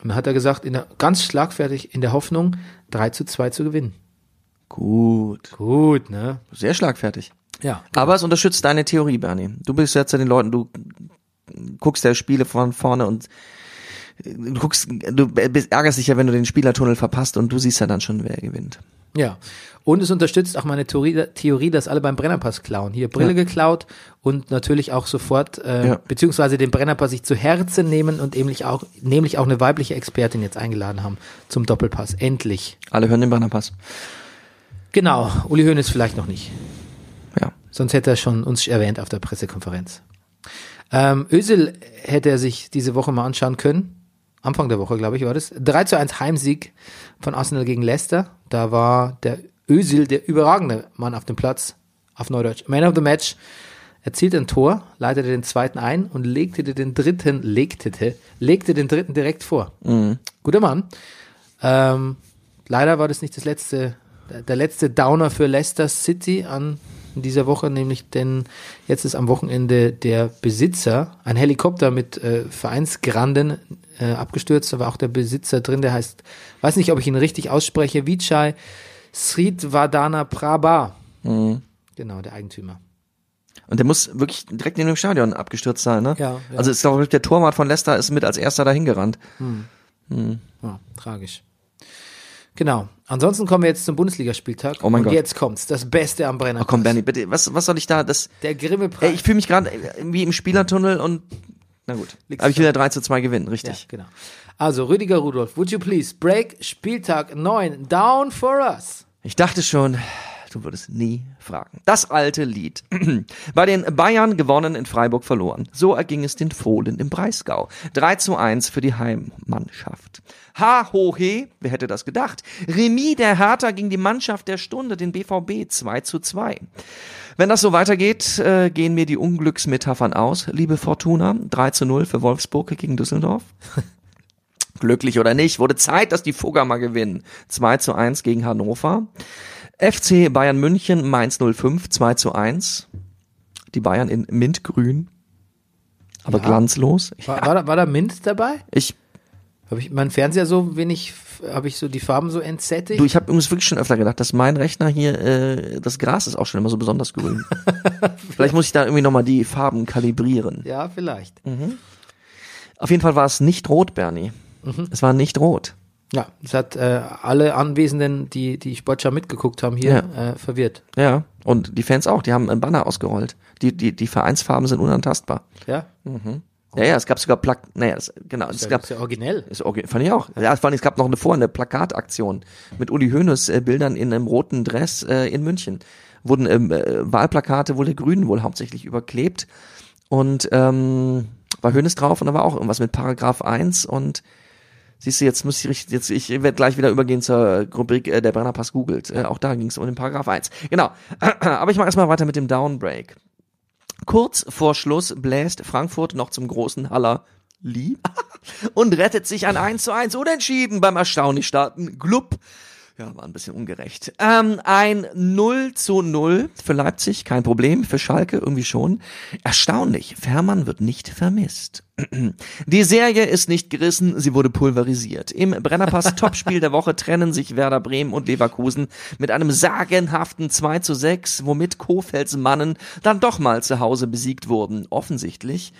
S2: Und dann hat er gesagt, in der, ganz schlagfertig, in der Hoffnung, 3 zu 2 zu gewinnen.
S1: Gut.
S2: Gut, ne?
S1: Sehr schlagfertig.
S2: Ja.
S1: Aber es unterstützt deine Theorie, Bernie. Du bist jetzt zu den Leuten, du guckst der Spiele von vorne und äh, du guckst, du bist, ärgerst dich ja, wenn du den Spielertunnel verpasst und du siehst ja dann schon, wer gewinnt.
S2: Ja. Und es unterstützt auch meine Theorie, Theorie dass alle beim Brennerpass klauen. Hier Brille geklaut und natürlich auch sofort, äh,
S1: Ja.
S2: beziehungsweise den Brennerpass sich zu Herzen nehmen und nämlich auch, nämlich auch eine weibliche Expertin jetzt eingeladen haben zum Doppelpass. Endlich.
S1: Alle hören den Brennerpass.
S2: Genau. Uli Hoeneß vielleicht noch nicht.
S1: Ja.
S2: Sonst hätte er schon uns erwähnt auf der Pressekonferenz. Ähm, Özil hätte er sich diese Woche mal anschauen können. Anfang der Woche, glaube ich, war das. 3 zu 1 Heimsieg von Arsenal gegen Leicester. Da war der Özil der überragende Mann auf dem Platz, auf Neudeutsch. Man of the Match. Erzielte ein Tor, leitete den zweiten ein und legte den dritten, legtete, legte den dritten direkt vor. Guter Mann. Ähm, leider war das nicht das letzte, der- der letzte Downer für Leicester City an in dieser Woche, nämlich denn jetzt ist am Wochenende der Besitzer, ein Helikopter mit äh, Vereinsgranden äh, abgestürzt, da war auch der Besitzer drin, der heißt, weiß nicht, ob ich ihn richtig ausspreche, Vichai Sridvardhana Prabha.
S1: Mhm.
S2: Genau, der Eigentümer.
S1: Und der muss wirklich direkt neben dem Stadion abgestürzt sein, ne?
S2: Ja, ja.
S1: Also, ich glaube, der Torwart von Leicester ist mit als erster dahin gerannt.
S2: Ja, tragisch. Genau. Ansonsten kommen wir jetzt zum Bundesligaspieltag.
S1: Oh mein
S2: Und
S1: Gott.
S2: jetzt kommt's. Das Beste am Brenner.
S1: Oh komm, Bernie, bitte, was, was soll ich da, das,
S2: Der grimme
S1: ey,
S2: Preis.
S1: ich fühle mich gerade wie im äh, Spielertunnel und Na gut.
S2: Liegt's
S1: Aber ich will ja 3 zu 2 gewinnen, richtig.
S2: Ja, genau. Also, Rüdiger Rudolf, would you please break Spieltag 9 down for us?
S1: Ich dachte schon, du würdest nie fragen. Das alte Lied. Bei den Bayern gewonnen, in Freiburg verloren. So erging es den Fohlen im Breisgau. 3 zu 1 für die Heimmannschaft. Ha, ho, he, wer hätte das gedacht? Remis der Hertha gegen die Mannschaft der Stunde, den BVB 2 zu 2. Wenn das so weitergeht, äh, gehen mir die Unglücksmetaphern aus. Liebe Fortuna, 3 zu 0 für Wolfsburg gegen Düsseldorf. Glücklich oder nicht, wurde Zeit, dass die Fugger mal gewinnen. 2 zu 1 gegen Hannover. FC Bayern München, Mainz 05, 2 zu 1. Die Bayern in Mintgrün, aber glanzlos. Ich,
S2: War, war, da, war da Mint dabei?
S1: ich,
S2: Habe ich meinen Fernseher so wenig, habe ich so die Farben so entsättigt?
S1: du, ich habe übrigens wirklich schon öfter gedacht, dass mein Rechner hier, äh, das Gras ist auch schon immer so besonders grün. Vielleicht muss ich da irgendwie nochmal die Farben kalibrieren.
S2: ja, vielleicht.
S1: Mhm. Auf jeden Fall war es nicht rot, Bernie. Es war nicht rot.
S2: Ja, das hat äh, alle Anwesenden, die die Sportschau mitgeguckt haben, hier äh, verwirrt.
S1: Ja. Und die Fans auch, die haben einen Banner ausgerollt. Die, die, die Vereinsfarben sind unantastbar.
S2: Ja,
S1: Ja, ja, es gab sogar Plak naja, es, genau, es gab,
S2: das ist ja originell.
S1: ist orgi- fand ich auch. Ja, fand ich, es gab noch eine vorher eine Plakataktion mit Uli Hoeneß äh, Bildern in einem roten Dress äh, in München. Wurden ähm, äh, Wahlplakate wohl der Grünen wohl hauptsächlich überklebt und ähm, war Hoeneß drauf und da war auch irgendwas mit Paragraph 1 und siehst du, jetzt muss ich richtig, jetzt ich werde gleich wieder übergehen zur Rubrik äh, der Brennerpass googelt. Äh, auch da ging es um den Paragraph 1. Genau. Aber ich mache erstmal weiter mit dem Downbreak. Kurz vor Schluss bläst Frankfurt noch zum großen Haller Lee und rettet sich an 1 zu 1 unentschieden beim erstaunlich starken Club. Ja, war ein bisschen ungerecht. Ähm, ein 0 zu 0 für Leipzig, kein Problem, für Schalke irgendwie schon. Erstaunlich, Fährmann wird nicht vermisst. Die Serie ist nicht gerissen, sie wurde pulverisiert. Im Brennerpass Topspiel der Woche trennen sich Werder Bremen und Leverkusen mit einem sagenhaften 2 zu 6, womit Kofelds Mannen dann doch mal zu Hause besiegt wurden. Offensichtlich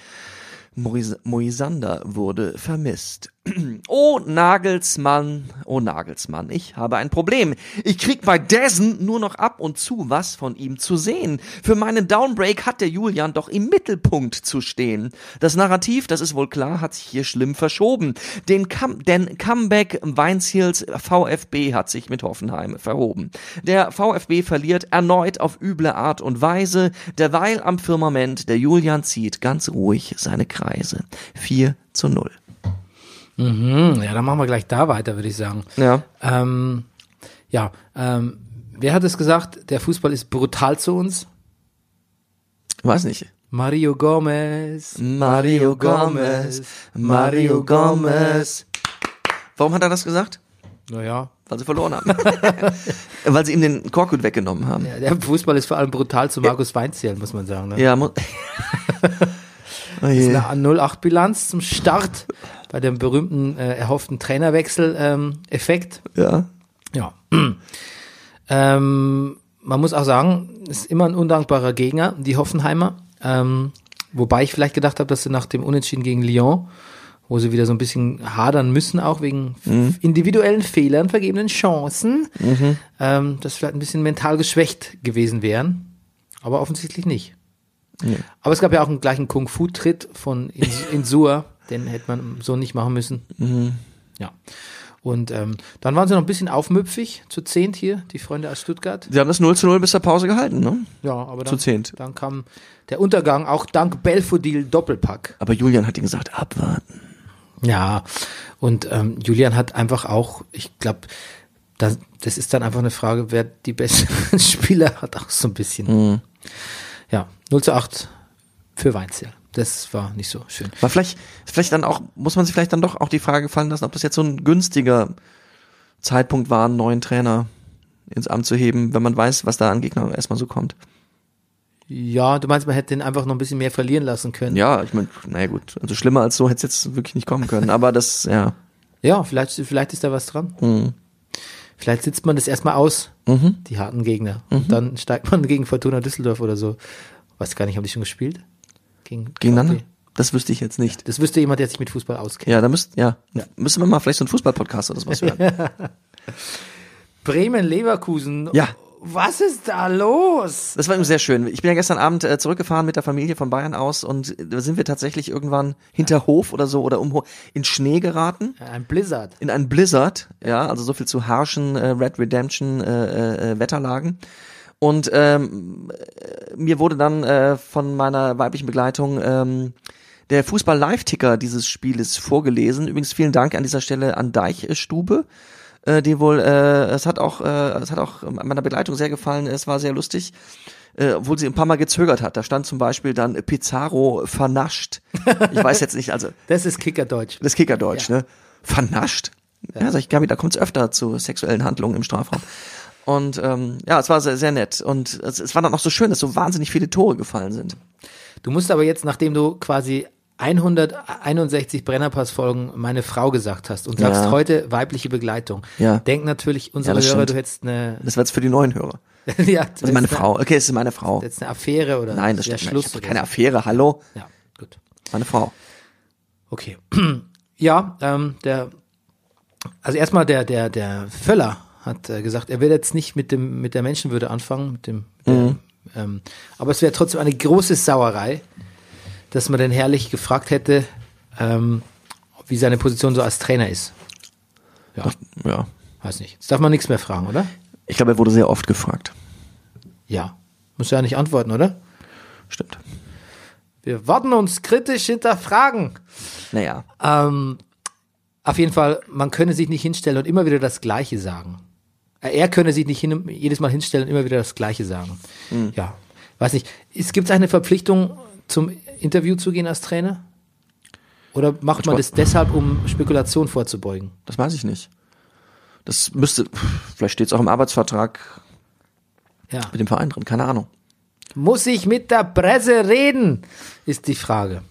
S1: Mois- Moisander wurde vermisst. Oh Nagelsmann, oh Nagelsmann, ich habe ein Problem. Ich krieg bei dessen nur noch ab und zu was von ihm zu sehen. Für meinen Downbreak hat der Julian doch im Mittelpunkt zu stehen. Das Narrativ, das ist wohl klar, hat sich hier schlimm verschoben. Den Come denn Comeback Weinziels VfB hat sich mit Hoffenheim verhoben. Der VfB verliert erneut auf üble Art und Weise, derweil am Firmament der Julian zieht ganz ruhig seine Kreise. 4 zu 0.
S2: Mhm, ja, dann machen wir gleich da weiter, würde ich sagen.
S1: Ja.
S2: Ähm, ja, ähm, wer hat es gesagt? Der Fußball ist brutal zu uns.
S1: Weiß nicht.
S2: Mario Gomez.
S1: Mhm. Mario Gomez, Mario Gomez. Warum hat er das gesagt?
S2: Naja.
S1: Weil sie verloren haben. Weil sie ihm den Korkut weggenommen haben.
S2: Ja, der Fußball ist vor allem brutal zu Markus Weinzierl, muss man sagen. Ne?
S1: Ja, mu- oh je.
S2: Eine 0-8-Bilanz zum Start bei dem berühmten äh, erhofften ähm, Trainerwechsel-Effekt.
S1: ja.
S2: ja. Ähm, man muss auch sagen, ist immer ein undankbarer Gegner, die Hoffenheimer. Ähm, wobei ich vielleicht gedacht habe, dass sie nach dem Unentschieden gegen Lyon, wo sie wieder so ein bisschen hadern müssen, auch wegen f- individuellen Fehlern, vergebenen Chancen, ähm, dass sie vielleicht ein bisschen mental geschwächt gewesen wären. Aber offensichtlich nicht. Aber es gab ja auch einen gleichen Kung-Fu-Tritt von Ins- Insua, den hätte man so nicht machen müssen. Ja. Und ähm, dann waren sie noch ein bisschen aufmüpfig, zu zehnt hier, die Freunde aus Stuttgart.
S1: Sie haben das 0 zu 0 bis zur Pause gehalten, ne?
S2: Ja, aber dann,
S1: Zu zehnt.
S2: dann kam der Untergang, auch dank Belfodil Doppelpack.
S1: Aber Julian hat ihm gesagt, abwarten.
S2: Ja, und ähm, Julian hat einfach auch, ich glaube, das, das ist dann einfach eine Frage, wer die besten Spieler hat, auch so ein bisschen.
S1: Mhm.
S2: Ja, 0 zu 8 für Weinzierl. Das war nicht so schön.
S1: War vielleicht, vielleicht dann auch, muss man sich vielleicht dann doch auch die Frage gefallen lassen, ob das jetzt so ein günstiger Zeitpunkt war, einen neuen Trainer ins Amt zu heben, wenn man weiß, was da an Gegnern erstmal so kommt.
S2: Ja, du meinst, man hätte den einfach noch ein bisschen mehr verlieren lassen können.
S1: Ja, ich meine, naja gut, also schlimmer als so hätte es jetzt wirklich nicht kommen können, aber das, ja. hm,
S2: Ja, vielleicht, vielleicht ist da was dran. Vielleicht sitzt man das erstmal aus,
S1: Mhm.
S2: die harten Gegner. Und dann steigt man gegen Fortuna Düsseldorf oder so. Weiß gar nicht, haben die schon gespielt? Gegen
S1: Gegeneinander?
S2: VfB?
S1: Das wüsste ich jetzt nicht.
S2: Das wüsste jemand, der sich mit Fußball auskennt.
S1: Ja, da müsst, ja, müssen wir mal vielleicht so einen Fußballpodcast oder sowas hören.
S2: Bremen-Leverkusen
S1: Ja.
S2: Was ist da los?
S1: Das war eben sehr schön. Ich bin ja gestern Abend äh, zurückgefahren mit der Familie von Bayern aus und äh, da sind wir tatsächlich irgendwann hinter Hof oder so oder um Hof in Schnee geraten.
S2: Ein Blizzard.
S1: in einen Blizzard, ja, also so viel zu harschen äh, Red Redemption äh, äh, Wetterlagen. Und ähm, äh, mir wurde dann äh, von meiner weiblichen Begleitung ähm, der Fußball-Live-Ticker dieses Spieles vorgelesen. Übrigens vielen Dank an dieser Stelle an Deichstube, äh, die wohl, äh, es hat auch, äh, es hat auch meiner Begleitung sehr gefallen, es war sehr lustig. Äh, obwohl sie ein paar Mal gezögert hat. Da stand zum Beispiel dann Pizarro vernascht. Ich weiß jetzt nicht, also
S2: Das ist Kickerdeutsch.
S1: das Kickerdeutsch,
S2: Ja.
S1: ne? Vernascht. Ja, sag ich, Gabi, da kommt es öfter zu sexuellen Handlungen im Strafraum. Und ähm, ja, es war sehr, sehr nett. Und es, es war dann auch so schön, dass so wahnsinnig viele Tore gefallen sind.
S2: Du musst aber jetzt, nachdem du quasi 161 Brennerpass-Folgen meine Frau gesagt hast und sagst
S1: Ja.
S2: heute weibliche Begleitung,
S1: Ja.
S2: denk natürlich unsere
S1: Ja, das
S2: Hörer,
S1: stimmt.
S2: du hättest eine,
S1: Das war jetzt für die neuen Hörer.
S2: ja, du
S1: Das ist meine
S2: hättest
S1: Frau. Okay, es ist meine Frau.
S2: Eine, jetzt eine Affäre oder
S1: Nein, das
S2: der
S1: stimmt.
S2: Schluss
S1: nicht. Ich hab
S2: oder
S1: keine
S2: so.
S1: Affäre. Hallo,
S2: Ja, gut.
S1: meine Frau.
S2: Okay. Ja, ähm, der, also erstmal der, der, der Völler hat äh, gesagt, er will jetzt nicht mit dem, mit der Menschenwürde anfangen, mit dem, mit der, ähm, aber es wäre trotzdem eine große Sauerei, dass man den herrlich gefragt hätte, ähm, wie seine Position so als Trainer ist. Ja,
S1: Ja.
S2: weiß nicht. Jetzt darf man nichts mehr fragen, oder?
S1: Ich glaube, er wurde sehr oft gefragt.
S2: Ja. Muss ja nicht antworten, oder?
S1: Stimmt.
S2: Wir warten uns kritisch hinterfragen.
S1: Naja.
S2: Ähm, auf jeden Fall, man könne sich nicht hinstellen und immer wieder das Gleiche sagen. Äh, Er könne sich nicht hin, jedes Mal hinstellen und immer wieder das Gleiche sagen. Ja, weiß nicht. Es gibt eine Verpflichtung, zum Interview zu gehen als Trainer? Oder macht man das deshalb, um Spekulation vorzubeugen?
S1: Das weiß ich nicht. Das müsste, pff, vielleicht steht es auch im Arbeitsvertrag
S2: Ja.
S1: mit dem Verein drin. Keine Ahnung.
S2: Muss ich mit der Presse reden? Ist die Frage.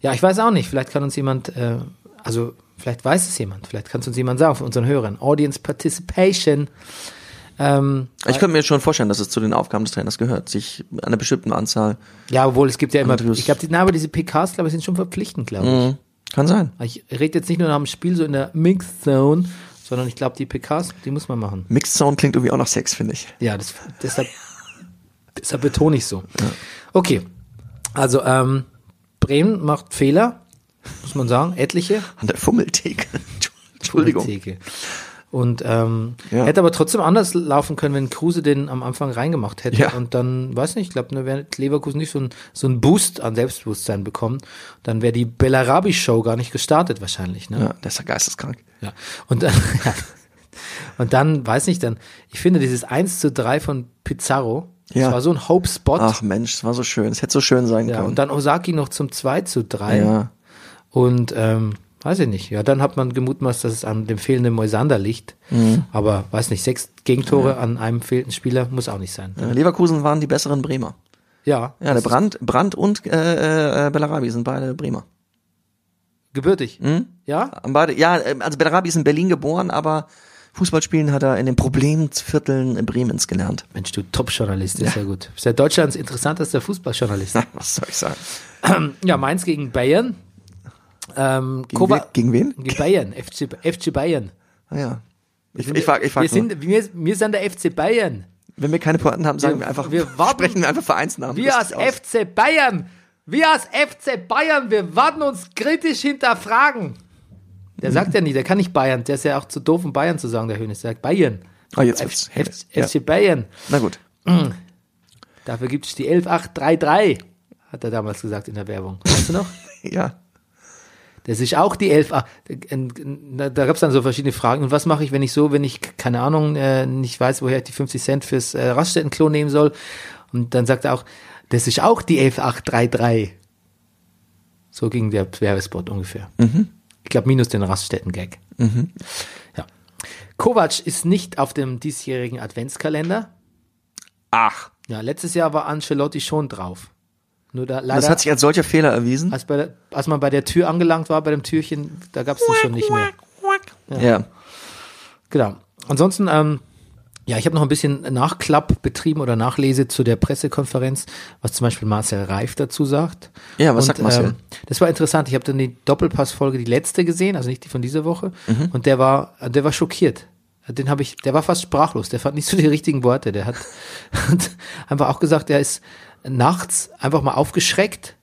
S2: Ja, ich weiß auch nicht. Vielleicht kann uns jemand, äh, also vielleicht weiß es jemand. Vielleicht kann es uns jemand sagen von unseren Hörern. Audience Participation. Ähm,
S1: Ich könnte mir jetzt schon vorstellen, dass es zu den Aufgaben des Trainers gehört, sich an einer bestimmten Anzahl
S2: Ja, obwohl es gibt ja immer.
S1: Interviews.
S2: Ich glaube, die, na, aber diese PKs, glaube ich, sind schon verpflichtend, glaube ich.
S1: Mhm. Kann sein.
S2: Ich rede jetzt nicht nur nach dem Spiel so in der Mixed Zone, sondern ich glaube, die PKs, die muss man machen.
S1: Mixed Zone klingt irgendwie auch nach Sex, finde ich.
S2: Ja, das, deshalb, deshalb betone ich so. Okay. Also, ähm, Bremen macht Fehler, muss man sagen, etliche.
S1: An der Fummeltheke. Entschuldigung.
S2: Theke. Und ähm,
S1: Ja.
S2: hätte aber trotzdem anders laufen können, wenn Kruse den am Anfang reingemacht hätte.
S1: Ja.
S2: Und dann, weiß nicht, ich glaube, dann wäre Leverkusen nicht so ein, so ein Boost an Selbstbewusstsein bekommen. Dann wäre die Bellarabi-Show gar nicht gestartet wahrscheinlich. Ne?
S1: Ja, der ist ja geisteskrank.
S2: Ja. Und, dann, ja. und dann, weiß nicht, dann, ich finde dieses 1 zu 3 von Pizarro, das
S1: Ja.
S2: war so ein Hope-Spot.
S1: Ach Mensch, es war so schön. Es hätte so schön sein
S2: ja,
S1: können.
S2: und dann Osaki noch zum 2 zu 3.
S1: ja.
S2: Und ähm, weiß ich nicht. Ja, dann hat man gemutmaßt, dass es an dem fehlenden Moisander liegt.
S1: Mhm.
S2: Aber weiß nicht, sechs Gegentore an einem fehlenden Spieler muss auch nicht sein.
S1: Ja, Leverkusen waren die besseren Bremer.
S2: Ja,
S1: Ja, der Brand, Brand und äh, äh, Bellarabi sind beide Bremer.
S2: gebürtig.
S1: Mhm.
S2: Ja?
S1: Haben Beide, ja, äh, also Bellarabi ist in Berlin geboren, aber Fußballspielen hat er in den Problemvierteln Bremens gelernt.
S2: Mensch, du Top-Journalist, ist ja. gut. Ist ja Deutschlands interessantester Fußballjournalist.
S1: Na, was soll ich sagen?
S2: Ja, Mainz gegen Bayern. Ähm,
S1: Gegen,
S2: Kova-
S1: we gegen wen?
S2: gegen Bayern, FC, FC Bayern.
S1: Ah, ja. Ich, ich frag, ich frag
S2: wir,
S1: nur.
S2: sind, wir, wir sind der FC Bayern.
S1: Wenn wir keine Pointen haben, sagen wir,
S2: Wir-
S1: einfach,
S2: wir warten-
S1: sprechen wir einfach Vereinsnamen.
S2: Wir als
S1: Das sieht aus.
S2: FC Bayern, wir als FC Bayern, wir werden uns kritisch hinterfragen.
S1: Mhm.
S2: Der sagt ja nicht, der kann nicht Bayern, der ist ja auch zu doof, um Bayern zu sagen, der Hönes. Der sagt Bayern.
S1: Ah, jetzt wird's.
S2: F-
S1: Hönes. Ja.
S2: FC Bayern.
S1: Na gut.
S2: Dafür gibt es die 11833, hat er damals gesagt in der Werbung. Weißt du noch?
S1: Ja.
S2: Das ist auch die 11. Ah, Da, da gab es dann so verschiedene Fragen. Und was mache ich, wenn ich so, wenn ich, keine Ahnung, äh, nicht weiß, woher ich die 50 Cent fürs äh, Raststättenklo nehmen soll? Und dann sagt er auch, das ist auch die 11833. So ging der Werbespot ungefähr.
S1: Mhm.
S2: Ich glaube, minus den Raststätten-Gag. Ja. Kovac ist nicht auf dem diesjährigen Adventskalender.
S1: Ach.
S2: Ja, letztes Jahr war Ancelotti schon drauf. Nur da leider
S1: Das hat sich als solcher Fehler erwiesen.
S2: als, bei der, als man bei der Tür angelangt war, bei dem Türchen, da gab es das schon nicht mehr.
S1: ja.
S2: Genau. Ansonsten, ähm, ja, ich habe noch ein bisschen Nachklapp betrieben oder Nachlese zu der Pressekonferenz, was zum Beispiel Marcel Reif dazu sagt. ähm,
S1: Ja, was sagt Marcel?
S2: das war interessant. Ich habe
S1: Mhm.
S2: dann die Doppelpassfolge, die letzte gesehen, also nicht die von dieser Woche, und der war, der war schockiert. Den habe ich, der war fast sprachlos, der fand nicht so die richtigen Worte. Der hat, hat einfach auch gesagt, er ist nachts einfach mal aufgeschreckt.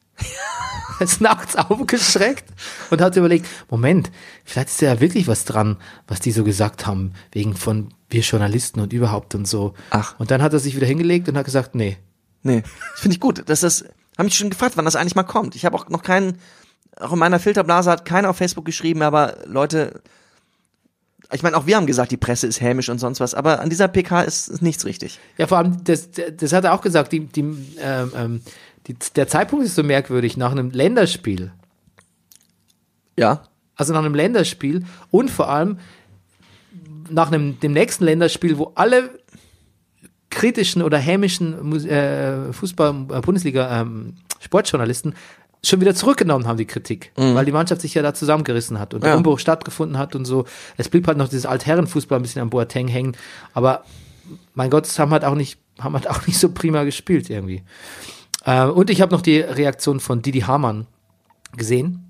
S2: Er ist nachts aufgeschreckt und hat überlegt, Moment, vielleicht ist da ja wirklich was dran, was die so gesagt haben, wegen von wir Journalisten und überhaupt und so.
S1: Ach.
S2: Und dann hat er sich wieder hingelegt und hat gesagt, nee,
S1: Nee, das finde ich gut. Dass das, haben mich schon gefragt, wann das eigentlich mal kommt. Ich habe auch noch keinen, auch in meiner Filterblase hat keiner auf Facebook geschrieben, aber Leute, ich meine, auch wir haben gesagt, die Presse ist hämisch und sonst was, aber an dieser PK ist, ist nichts richtig.
S2: Ja, vor allem, das, das hat er auch gesagt, die, die, ähm, ähm, die, der Zeitpunkt ist so merkwürdig nach einem Länderspiel.
S1: Ja.
S2: Also nach einem Länderspiel und vor allem nach einem, dem nächsten Länderspiel, wo alle kritischen oder hämischen Mus- äh, Fußball-Bundesliga-Sportjournalisten schon wieder zurückgenommen haben, die Kritik, weil die Mannschaft sich ja da zusammengerissen hat und der
S1: Ja.
S2: Umbruch stattgefunden hat und so. Es blieb halt noch dieses Altherrenfußball ein bisschen am Boateng hängen, aber mein Gott, es haben halt auch nicht, haben halt auch nicht so prima gespielt irgendwie. Äh, und ich habe noch die Reaktion von Didi Hamann gesehen.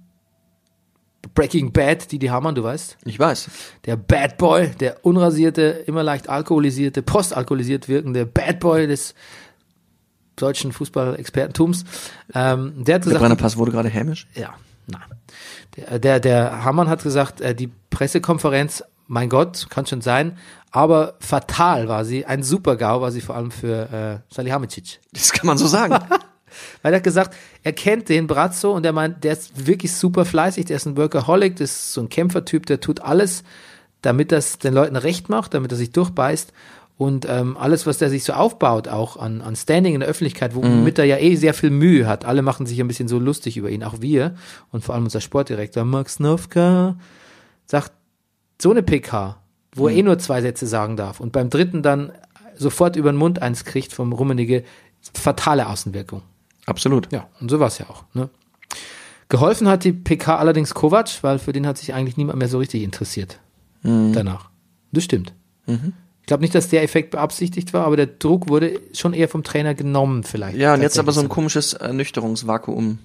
S2: Breaking Bad, Didi Hamann, du weißt
S1: Ich weiß.
S2: der Bad Boy, der unrasierte, immer leicht alkoholisierte, postalkoholisiert wirkende Bad Boy des deutschen Fußballexpertentums. Ähm, der hat
S1: Der
S2: gesagt,
S1: Brennerpass wurde gerade hämisch.
S2: ja, na. Der, äh, der, der Hamann hat gesagt, äh, die Pressekonferenz, mein Gott, kann schon sein, aber fatal war sie, ein Super-GAU war sie vor allem für äh, Salihamidzic.
S1: Das kann man so sagen.
S2: Weil er hat gesagt, er kennt den Brazzo und er meint, der ist wirklich super fleißig, der ist ein Workaholic, das ist so ein Kämpfertyp, der tut alles, damit das den Leuten recht macht, damit er sich durchbeißt und ähm, alles, was der sich so aufbaut, auch an, an Standing in der Öffentlichkeit, womit er ja eh sehr viel Mühe hat. Alle machen sich ein bisschen so lustig über ihn, auch wir und vor allem unser Sportdirektor Max Nowka sagt, so eine PK, wo er eh nur zwei Sätze sagen darf und beim dritten dann sofort über den Mund eins kriegt vom Rummenige, fatale Außenwirkung.
S1: Absolut.
S2: Ja, und so war es ja auch. Ne? Geholfen hat die PK allerdings Kovac, weil für den hat sich eigentlich niemand mehr so richtig interessiert.
S1: Mhm.
S2: Danach. Das stimmt. Ich glaube nicht, dass der Effekt beabsichtigt war, aber der Druck wurde schon eher vom Trainer genommen, vielleicht.
S1: Ja, und jetzt aber so ein
S2: Tatsächlich.
S1: komisches Ernüchterungsvakuum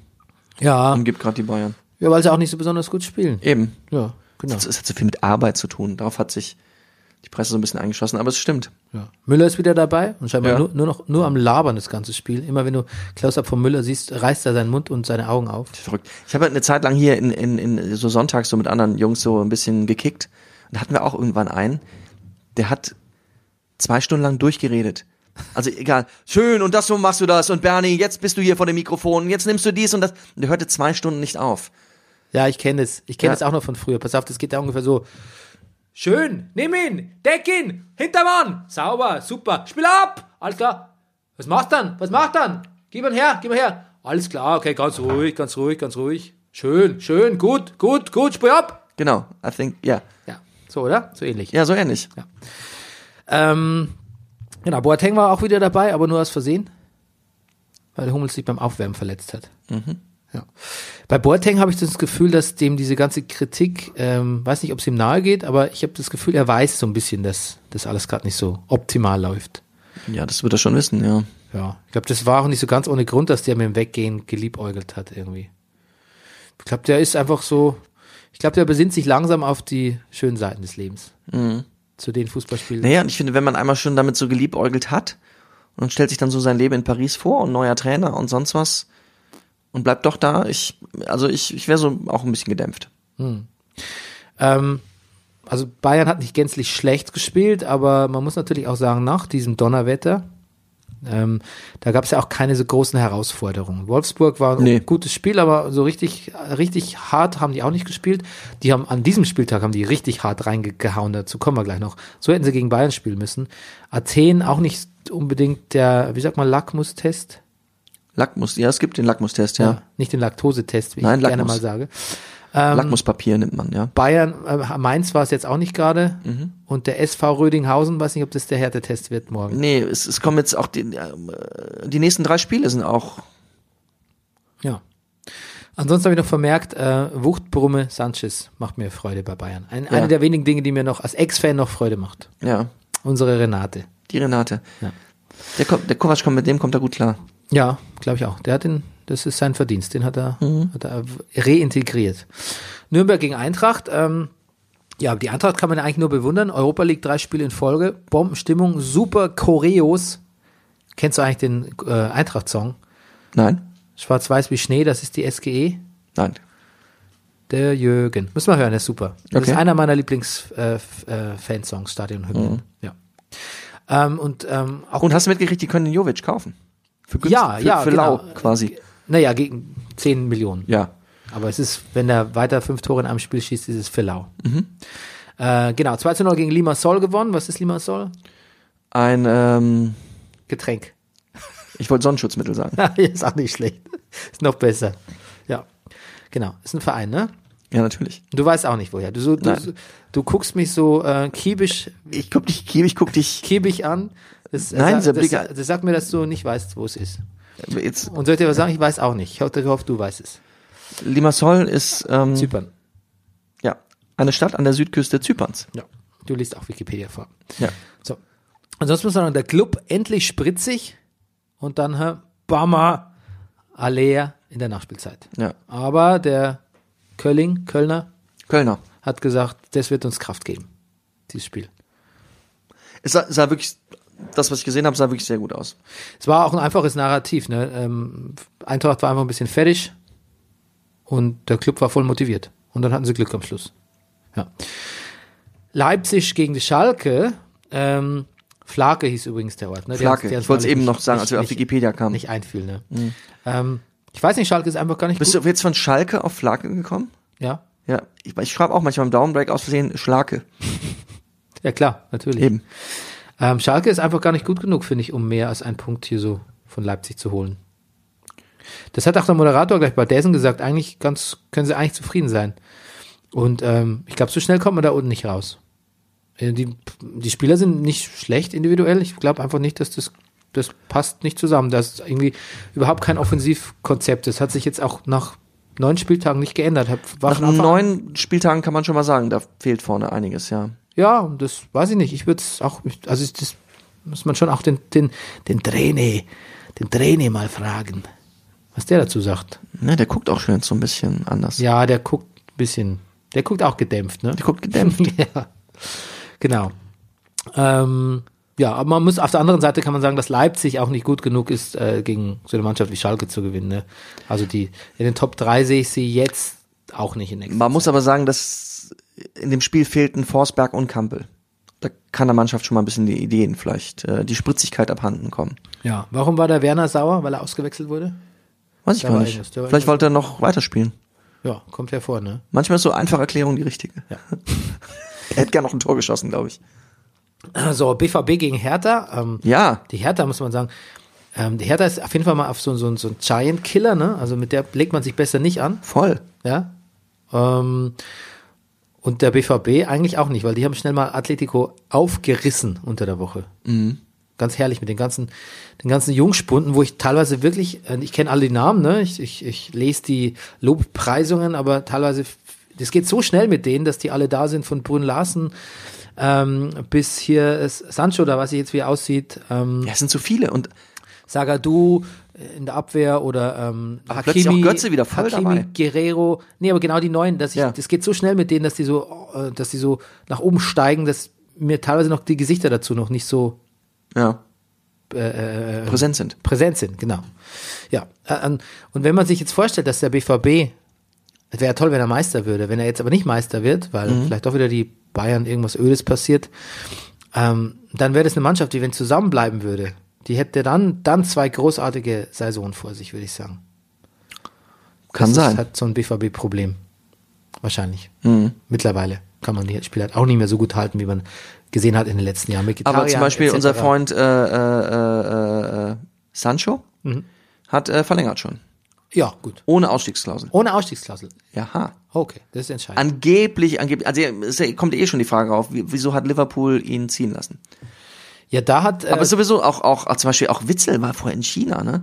S2: Ja,
S1: umgibt gerade die Bayern.
S2: ja weil sie auch nicht so besonders gut spielen.
S1: Eben.
S2: Ja, genau.
S1: Das hat so viel mit Arbeit zu tun. Darauf hat sich die Presse so ein bisschen eingeschossen, aber es stimmt.
S2: Ja. Müller ist wieder dabei und scheinbar
S1: Ja.
S2: nur, nur noch nur am Labern das ganze Spiel. Immer wenn du Close-Up von Müller siehst, reißt er seinen Mund und seine Augen auf.
S1: Verrückt. Ich habe halt eine Zeit lang hier in, in, in so sonntags so mit anderen Jungs so ein bisschen gekickt und da hatten wir auch irgendwann einen, der hat zwei Stunden lang durchgeredet. Also egal, schön und das so machst du das und Bernie, jetzt bist du hier vor dem Mikrofon, und jetzt nimmst du dies und das. Und der hörte zwei Stunden nicht auf.
S2: Ja, ich kenne es. Ich kenne
S1: Ja.
S2: es auch noch von früher. Pass auf, das geht da ungefähr so. Schön, nimm ihn, deck ihn, Hintermann, sauber, super, spiel ab, alles klar. Was macht dann? Was macht dann? Gib ihn her, gib ihn her. Alles klar, okay, ganz ruhig, ganz ruhig, ganz ruhig. Schön, schön, gut, gut, gut, spiel ab.
S1: Genau, I think, ja.
S2: Ja, so, oder? So ähnlich.
S1: Ja, so ähnlich.
S2: Ähm, genau, Boateng war auch wieder dabei, aber nur aus Versehen, weil Hummels sich beim Aufwärmen verletzt hat. Ja. Bei Boateng habe ich das Gefühl, dass dem diese ganze Kritik, ähm, weiß nicht, ob es ihm nahe geht, aber ich habe das Gefühl, er weiß so ein bisschen, dass das alles gerade nicht so optimal läuft.
S1: Ja, das wird er schon wissen, ja.
S2: Ja, ich glaube, das war auch nicht so ganz ohne Grund, dass der mit dem Weggehen geliebäugelt hat irgendwie. Ich glaube, der ist einfach so, ich glaube, der besinnt sich langsam auf die schönen Seiten des Lebens. Zu den Fußballspielen.
S1: Naja, und ich finde, wenn man einmal schon damit so geliebäugelt hat und stellt sich dann so sein Leben in Paris vor und neuer Trainer und sonst was und bleibt doch da, ich, also ich, ich wäre so auch ein bisschen gedämpft.
S2: Ähm, also Bayern hat nicht gänzlich schlecht gespielt, aber man muss natürlich auch sagen, nach diesem Donnerwetter, ähm, da gab es ja auch keine so großen Herausforderungen. Wolfsburg war ein
S1: Nee.
S2: gutes Spiel, aber so richtig, richtig hart haben die auch nicht gespielt. Die haben an diesem Spieltag haben die richtig hart reingehauen, dazu kommen wir gleich noch. So hätten sie gegen Bayern spielen müssen. Athen auch nicht unbedingt der, wie sagt man, Lackmustest.
S1: Lackmus, ja, es gibt den Lackmustest, ja.
S2: Nicht den Laktosetest, wie
S1: Nein,
S2: ich gerne
S1: Lackmus.
S2: mal sage. Ähm.
S1: Lackmuspapier nimmt man, ja.
S2: Bayern, äh, Mainz war es jetzt auch nicht gerade. Und der SV Rödinghausen, weiß nicht, ob das der Härtetest wird morgen.
S1: Nee, es, es kommen jetzt auch die, äh, die nächsten drei Spiele sind auch.
S2: Ja. Ansonsten habe ich noch vermerkt, äh, Wuchtbrumme Sanchez macht mir Freude bei Bayern. Ein, Eine der wenigen Dinge, die mir noch als Ex-Fan noch Freude macht.
S1: Ja,
S2: Unsere Renate.
S1: die Renate.
S2: Ja.
S1: Der, kommt, der Kovac kommt mit dem kommt er gut klar.
S2: Ja, glaube ich auch. Der hat den, das ist sein
S1: Mhm.
S2: Verdienst, den hat er, hat er reintegriert. Nürnberg gegen Eintracht, ähm, Ja, aber die Eintracht kann man eigentlich nur bewundern. Europa League drei Spiele in Folge, Bombenstimmung, super Choreos. Kennst du eigentlich den äh, Eintracht-Song?
S1: Nein?
S2: Schwarz-Weiß wie Schnee, das ist die SGE.
S1: Nein.
S2: Der Jürgen. Müssen wir hören, der ist super. Das ist
S1: Okay.
S2: einer meiner Lieblings-Fansongs, äh, Fansongs, Stadionhymnen. Ja. Ähm, und ähm, auch,
S1: Mhm. Und hast du mitgekriegt, die können den Jovic kaufen? Für günst-
S2: Ja,
S1: für,
S2: ja,
S1: Für
S2: genau.
S1: lau quasi.
S2: naja, gegen 10 Millionen.
S1: Ja.
S2: Aber es ist, wenn er weiter fünf Tore in einem Spiel schießt, ist es Fillau.
S1: Mhm.
S2: Äh, genau, 2 zu 0 gegen Limassol gewonnen. Was ist Limassol?
S1: Ein, ähm,
S2: Getränk.
S1: ich wollte Sonnenschutzmittel sagen.
S2: ist auch nicht schlecht. Ist noch besser. Ja, genau. Ist ein Verein, ne?
S1: Ja, natürlich.
S2: Du weißt auch nicht, woher. Du, so, du,
S1: Nein.
S2: so- du guckst mich so äh, kiebisch,
S1: Ich guck dich, Kiel, ich guck dich.
S2: kiebig an. Das,
S1: Nein,
S2: das,
S1: dieser
S2: das,
S1: Blick-
S2: das, sagt mir, dass du nicht weißt, wo es ist.
S1: Jetzt,
S2: Und sollte aber sagen, ich weiß auch nicht. Ich hoffe, ich hoffe, du weißt es.
S1: Limassol ist, ähm,
S2: Zypern.
S1: ja, eine Stadt an der Südküste Zyperns.
S2: Ja. Du liest auch Wikipedia vor.
S1: Ja.
S2: So. Ansonsten muss man sagen, der Club endlich spritzig und dann hä, Bammer Alea in der Nachspielzeit.
S1: Ja.
S2: Aber der Kölling, Kölner,
S1: Kölner.
S2: hat gesagt, das wird uns Kraft geben, dieses Spiel.
S1: Es sah, sah wirklich, das, was ich gesehen habe, sah wirklich sehr gut aus.
S2: Es war auch ein einfaches Narrativ. Ne? Ähm, Eintracht war einfach ein bisschen fertig und der Club war voll motiviert. Und dann hatten sie Glück am Schluss. Ja. Leipzig gegen die Schalke. Ähm, Flake hieß übrigens der Ort. Ne? Die
S1: Flake.
S2: haben's- die haben's
S1: Ich wollte es
S2: alle
S1: eben
S2: nicht-
S1: noch sagen, als wir auf
S2: nicht-
S1: Wikipedia kamen. Mhm.
S2: Nicht einfühlen. Ne? Ähm, ich weiß nicht, Schalke ist einfach gar nicht
S1: Bist
S2: gut.
S1: du jetzt von Schalke auf Flake gekommen?
S2: Ja.
S1: Ja. Ich, ich schreibe auch manchmal im Downbreak aus Versehen Schlake.
S2: ja, klar, natürlich.
S1: Eben.
S2: Ähm, Schalke ist einfach gar nicht gut genug, finde ich, um mehr als einen Punkt hier so von Leipzig zu holen. Das hat auch der Moderator gleich bei Dessen gesagt. Eigentlich ganz, können sie eigentlich zufrieden sein. Und ähm, ich glaube, so schnell kommt man da unten nicht raus. Äh, Die, die Spieler sind nicht schlecht individuell. Ich glaube einfach nicht, dass das, das passt nicht zusammen. Das ist irgendwie überhaupt kein Offensivkonzept. Das hat sich jetzt auch nach neun Spieltagen nicht geändert. Hab- War
S1: Nach
S2: von Anfang an-
S1: neun Spieltagen kann man schon mal sagen, da fehlt vorne einiges, ja.
S2: Ja, das weiß ich nicht. Ich würde es auch, ich- also ich- das muss man schon auch den, den, den Trainer, den Trainer mal fragen, was der dazu sagt.
S1: Ne, der guckt auch schon jetzt so ein bisschen anders.
S2: Ja, der guckt ein bisschen, der guckt auch gedämpft, ne?
S1: Der guckt gedämpft.
S2: ja, genau. Ähm, ja, aber man muss, auf der anderen Seite kann man sagen, dass Leipzig auch nicht gut genug ist, äh, gegen so eine Mannschaft wie Schalke zu gewinnen, ne? Also die, in den Top 3 sehe ich sie jetzt auch nicht in nächster
S1: Man muss aber sagen, dass in dem Spiel fehlten Forsberg und Kampel. Da kann der Mannschaft schon mal ein bisschen die Ideen vielleicht, äh, die Spritzigkeit abhanden kommen.
S2: Ja, warum war der Werner sauer? Weil er ausgewechselt wurde?
S1: Weiß ich
S2: Da
S1: gar
S2: war
S1: nicht.
S2: einiges, da war
S1: Vielleicht
S2: einiges.
S1: wollte er noch weiterspielen.
S2: Ja, kommt hervor, ne?
S1: Manchmal ist so einfache Erklärung die richtige.
S2: Ja.
S1: er hätte gern noch ein Tor geschossen, glaube ich.
S2: So, BVB gegen Hertha. Ähm,
S1: Ja,
S2: Die Hertha, muss man sagen. Ähm, die Hertha ist auf jeden Fall mal auf so, so, so ein Giant Killer, ne? Also mit der legt man sich besser nicht an,
S1: voll.
S2: ja. Ähm, und der BVB eigentlich auch nicht, weil die haben schnell mal Atletico aufgerissen unter der Woche. Ganz herrlich mit den ganzen, den ganzen Jungspunden, wo ich teilweise wirklich, äh, ich kenne alle die Namen, ne? Ich, ich, ich lese die Lobpreisungen, aber teilweise, f- das geht so schnell mit denen, dass die alle da sind, von Brun Larsen ähm, bis hier äh, Sancho, da weiß ich jetzt, wie er aussieht. Ähm,
S1: Ja, es sind zu viele. Und
S2: Sagadu äh, in der Abwehr oder ähm,
S1: plötzlich auch Götze wieder voll
S2: Hakimi,
S1: dabei.
S2: Guerrero. Nee, aber genau die neuen, dass ich,
S1: Ja.
S2: das geht so schnell mit denen, dass die so, äh, dass die so nach oben steigen, dass mir teilweise noch die Gesichter dazu noch nicht so äh,
S1: ja. präsent sind.
S2: präsent sind, genau. Ja, äh, ähm, und wenn man sich jetzt vorstellt, dass der BVB, es wäre ja toll, wenn er Meister würde, wenn er jetzt aber nicht Meister wird, weil
S1: Mhm.
S2: vielleicht auch wieder die Bayern irgendwas Ödes passiert, ähm, dann wäre das eine Mannschaft, die, wenn zusammenbleiben würde, die hätte dann, dann zwei großartige Saisonen vor sich, würde ich sagen.
S1: Kann
S2: das Ist
S1: sein. Mhm.
S2: halt so ein BVB-Problem. Wahrscheinlich. Mittlerweile kann man die Spieler halt auch nicht mehr so gut halten, wie man gesehen hat in den letzten Jahren. Mit
S1: Aber zum
S2: Gitarre,
S1: Beispiel
S2: etc..
S1: unser Freund äh, äh, äh, äh, Sancho hat äh, verlängert schon.
S2: Ja, gut.
S1: Ohne Ausstiegsklausel.
S2: Ohne Ausstiegsklausel.
S1: Jaha.
S2: Okay, das ist entscheidend.
S1: Angeblich, angeblich, also es kommt eh schon die Frage auf, wie- wieso hat Liverpool ihn ziehen lassen?
S2: Ja, da hat. Äh,
S1: Aber sowieso auch, auch, auch zum Beispiel auch Witzel war vorher in China, ne?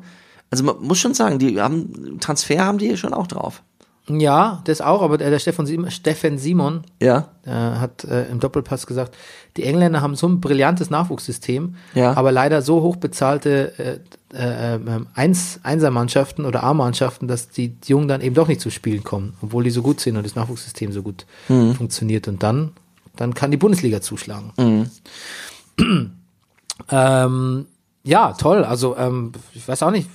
S1: Also man muss schon sagen, die haben Transfer haben die schon auch drauf.
S2: Ja, das auch, aber der der Stefan Simon, Steffen Simon
S1: Ja.
S2: äh, hat äh, im Doppelpass gesagt, die Engländer haben so ein brillantes Nachwuchssystem,
S1: Ja.
S2: aber leider so hochbezahlte äh, äh, ähm, Eins, Einsermannschaften oder A-Mannschaften, dass die Jungen dann eben doch nicht zu Spielen kommen, obwohl die so gut sind und das Nachwuchssystem so gut
S1: Mhm.
S2: funktioniert. Und dann, dann kann die Bundesliga zuschlagen. Ähm, ja, toll. Also ähm, ich weiß auch nicht.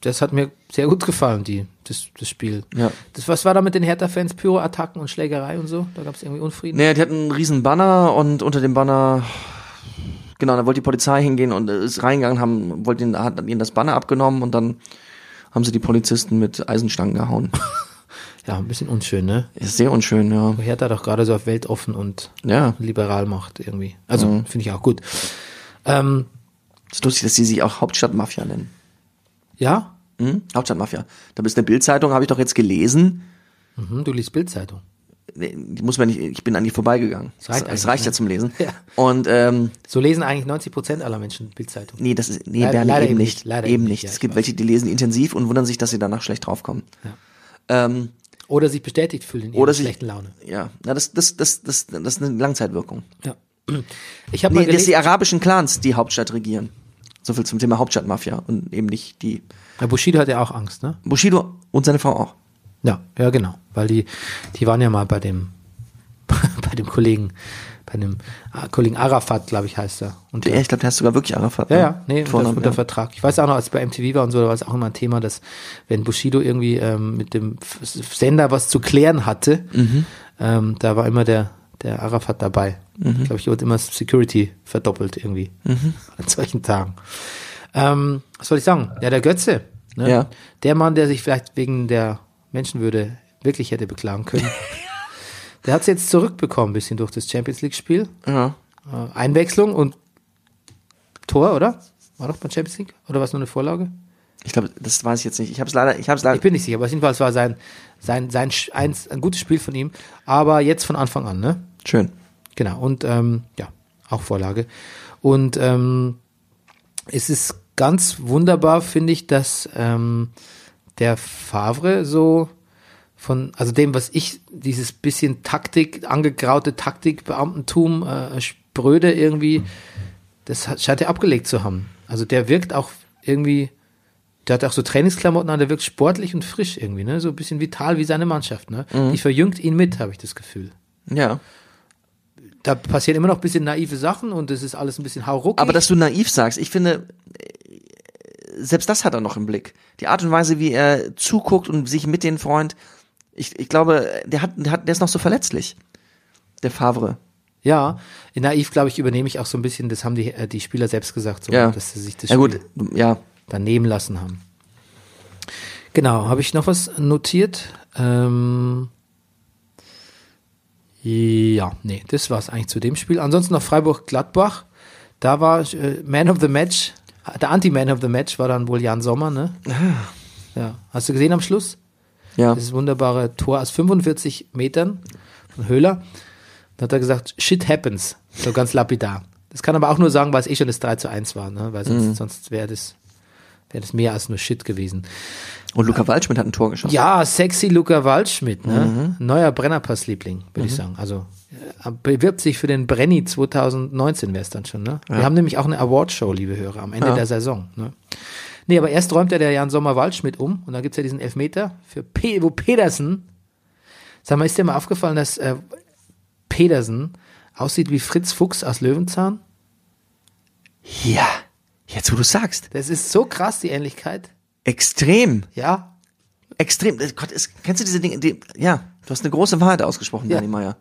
S2: Das hat mir sehr gut gefallen, die, das, das Spiel.
S1: Ja.
S2: Das, was war da mit den Hertha-Fans? Pyro-Attacken und Schlägerei und so? Da gab es irgendwie Unfrieden.
S1: Naja, die hatten einen riesen Banner und unter dem Banner, genau, da wollte die Polizei hingehen und äh, ist reingegangen, haben, wollte ihnen, hat ihnen das Banner abgenommen und dann haben sie die Polizisten mit Eisenstangen gehauen.
S2: Ja, ein bisschen unschön, ne?
S1: Ist sehr unschön, ja.
S2: Aber Hertha doch gerade so auf weltoffen und
S1: Ja.
S2: liberal macht irgendwie. Also finde ich auch gut. Ähm,
S1: Ist lustig, dass die sich auch Hauptstadtmafia nennen.
S2: ja,
S1: Hm? Hauptstadtmafia. Da bist eine Bildzeitung, habe ich doch jetzt gelesen.
S2: mhm, du liest Bildzeitung.
S1: Nee, die muss man nicht, ich bin an die vorbeigegangen. Es
S2: reicht
S1: reicht, es
S2: eigentlich,
S1: reicht
S2: ne?
S1: ja zum Lesen.
S2: Ja.
S1: Und ähm,
S2: So lesen eigentlich 90 Prozent aller Menschen Bildzeitung.
S1: nee, das ist nee,
S2: Leider-
S1: Bernie,
S2: leider
S1: eben nicht.
S2: Leider
S1: eben nicht.
S2: ja,
S1: es
S2: ich
S1: gibt
S2: weiß.
S1: welche, die lesen intensiv und wundern sich, dass sie danach schlecht draufkommen. Ähm,
S2: Oder sich bestätigt fühlen in ihrer
S1: oder sich,
S2: schlechten Laune.
S1: Ja, na, das, das, das, das, das ist eine Langzeitwirkung.
S2: Ja. Ich habe
S1: Nee,
S2: mal
S1: das sind die
S2: gelesen,
S1: arabischen Clans, die Hauptstadt regieren. So viel zum Thema Hauptstadtmafia und eben nicht die
S2: Ja, Bushido hat ja auch Angst, ne?
S1: Bushido und seine Frau auch.
S2: Ja, ja, genau. Weil die, die waren ja mal bei dem, bei dem Kollegen, bei dem ah, Kollegen Arafat, glaube ich, heißt er. Und
S1: Der, ich glaube, der heißt sogar wirklich Arafat.
S2: ja,
S1: ne?
S2: ja, nee, unter,
S1: Vorname,
S2: unter
S1: ja.
S2: Vertrag. Ich weiß auch noch, als ich bei MTV war und so, da war es auch immer ein Thema, dass wenn Bushido irgendwie ähm, mit dem F- Sender was zu klären hatte,
S1: Mhm.
S2: ähm, da war immer der, der Arafat dabei.
S1: Mhm.
S2: Ich glaube, ich wurde immer Security verdoppelt irgendwie an solchen Tagen. Ähm, was soll ich sagen? Ja, der Götze. Ne?
S1: Ja.
S2: Der Mann, der sich vielleicht wegen der Menschenwürde wirklich hätte beklagen können. der hat es jetzt zurückbekommen, ein bisschen durch das Champions League-Spiel.
S1: Ja.
S2: Äh, Einwechslung und Tor, oder? War doch bei Champions League? Oder war es nur eine Vorlage?
S1: Ich glaube, das weiß ich jetzt nicht. Ich habe es leider, ich habe es leider.
S2: Ich bin nicht sicher, aber jedenfalls war sein, sein, sein Sch- eins, ein gutes Spiel von ihm. Aber jetzt von Anfang an, ne?
S1: Schön.
S2: Genau. Und ähm, ja, auch Vorlage. Und ähm, es ist ganz wunderbar, finde ich, dass ähm, der Favre so von, also dem, was ich, dieses bisschen Taktik, angegraute Taktik, Beamtentum, äh, Spröde irgendwie, das hat, scheint er abgelegt zu haben. Also der wirkt auch irgendwie, der hat auch so Trainingsklamotten an, der wirkt sportlich und frisch irgendwie, ne? So ein bisschen vital wie seine Mannschaft, ne? Die verjüngt ihn mit, habe ich das Gefühl
S1: Ja.
S2: da passieren immer noch ein bisschen naive Sachen und es ist alles ein bisschen hauruckig.
S1: Aber dass du naiv sagst, ich finde, äh, selbst das hat er noch im Blick. Die Art und Weise, wie er zuguckt und sich mit den Freund, ich, ich glaube, der hat, der hat, der ist noch so verletzlich. Der Favre.
S2: ja, naiv, glaube ich, übernehme ich auch so ein bisschen, das haben die, äh, die Spieler selbst gesagt, so,
S1: Ja.
S2: dass sie sich das
S1: ja gut,
S2: Spiel
S1: ja.
S2: daneben lassen haben. Genau, habe ich noch was notiert? Ähm, ja, nee, das war es eigentlich zu dem Spiel. Ansonsten noch Freiburg-Gladbach. Da war äh, Man of the Match, äh, der Anti-Man of the Match war dann wohl Jan Sommer, ne?
S1: Ah.
S2: Ja. Hast du gesehen am Schluss?
S1: Ja.
S2: Das wunderbare Tor aus 45 Metern von Höhler. Da hat er gesagt, shit happens. So ganz lapidar. Das kann aber auch nur sagen, weil es eh schon das 3 zu 1 war, ne? Weil sonst, sonst wäre das, wäre das mehr als nur shit gewesen.
S1: Und Luca Waldschmidt hat ein Tor geschossen.
S2: Ja, sexy Luca Waldschmidt, ne? Neuer Brennerpass-Liebling, würde ich sagen. Also äh, bewirbt sich für den Brenny 2019 wäre es dann schon, ne? Wir haben nämlich auch eine Awardshow, liebe Hörer, am Ende der Saison. Ne? Nee, aber erst räumt ja der Jan Sommer Waldschmidt um und dann gibt's ja diesen Elfmeter für Pe wo Pedersen. Sag mal, ist dir mal aufgefallen, dass äh, Pedersen aussieht wie Fritz Fuchs aus Löwenzahn?
S1: Ja. Jetzt, wo du sagst.
S2: Das ist so krass, die Ähnlichkeit.
S1: Extrem.
S2: Ja,
S1: Extrem. Äh, Gott, es, kennst du diese Dinge? Die, ja. Du hast eine große Wahrheit ausgesprochen,
S2: Ja.
S1: Dani Meyer.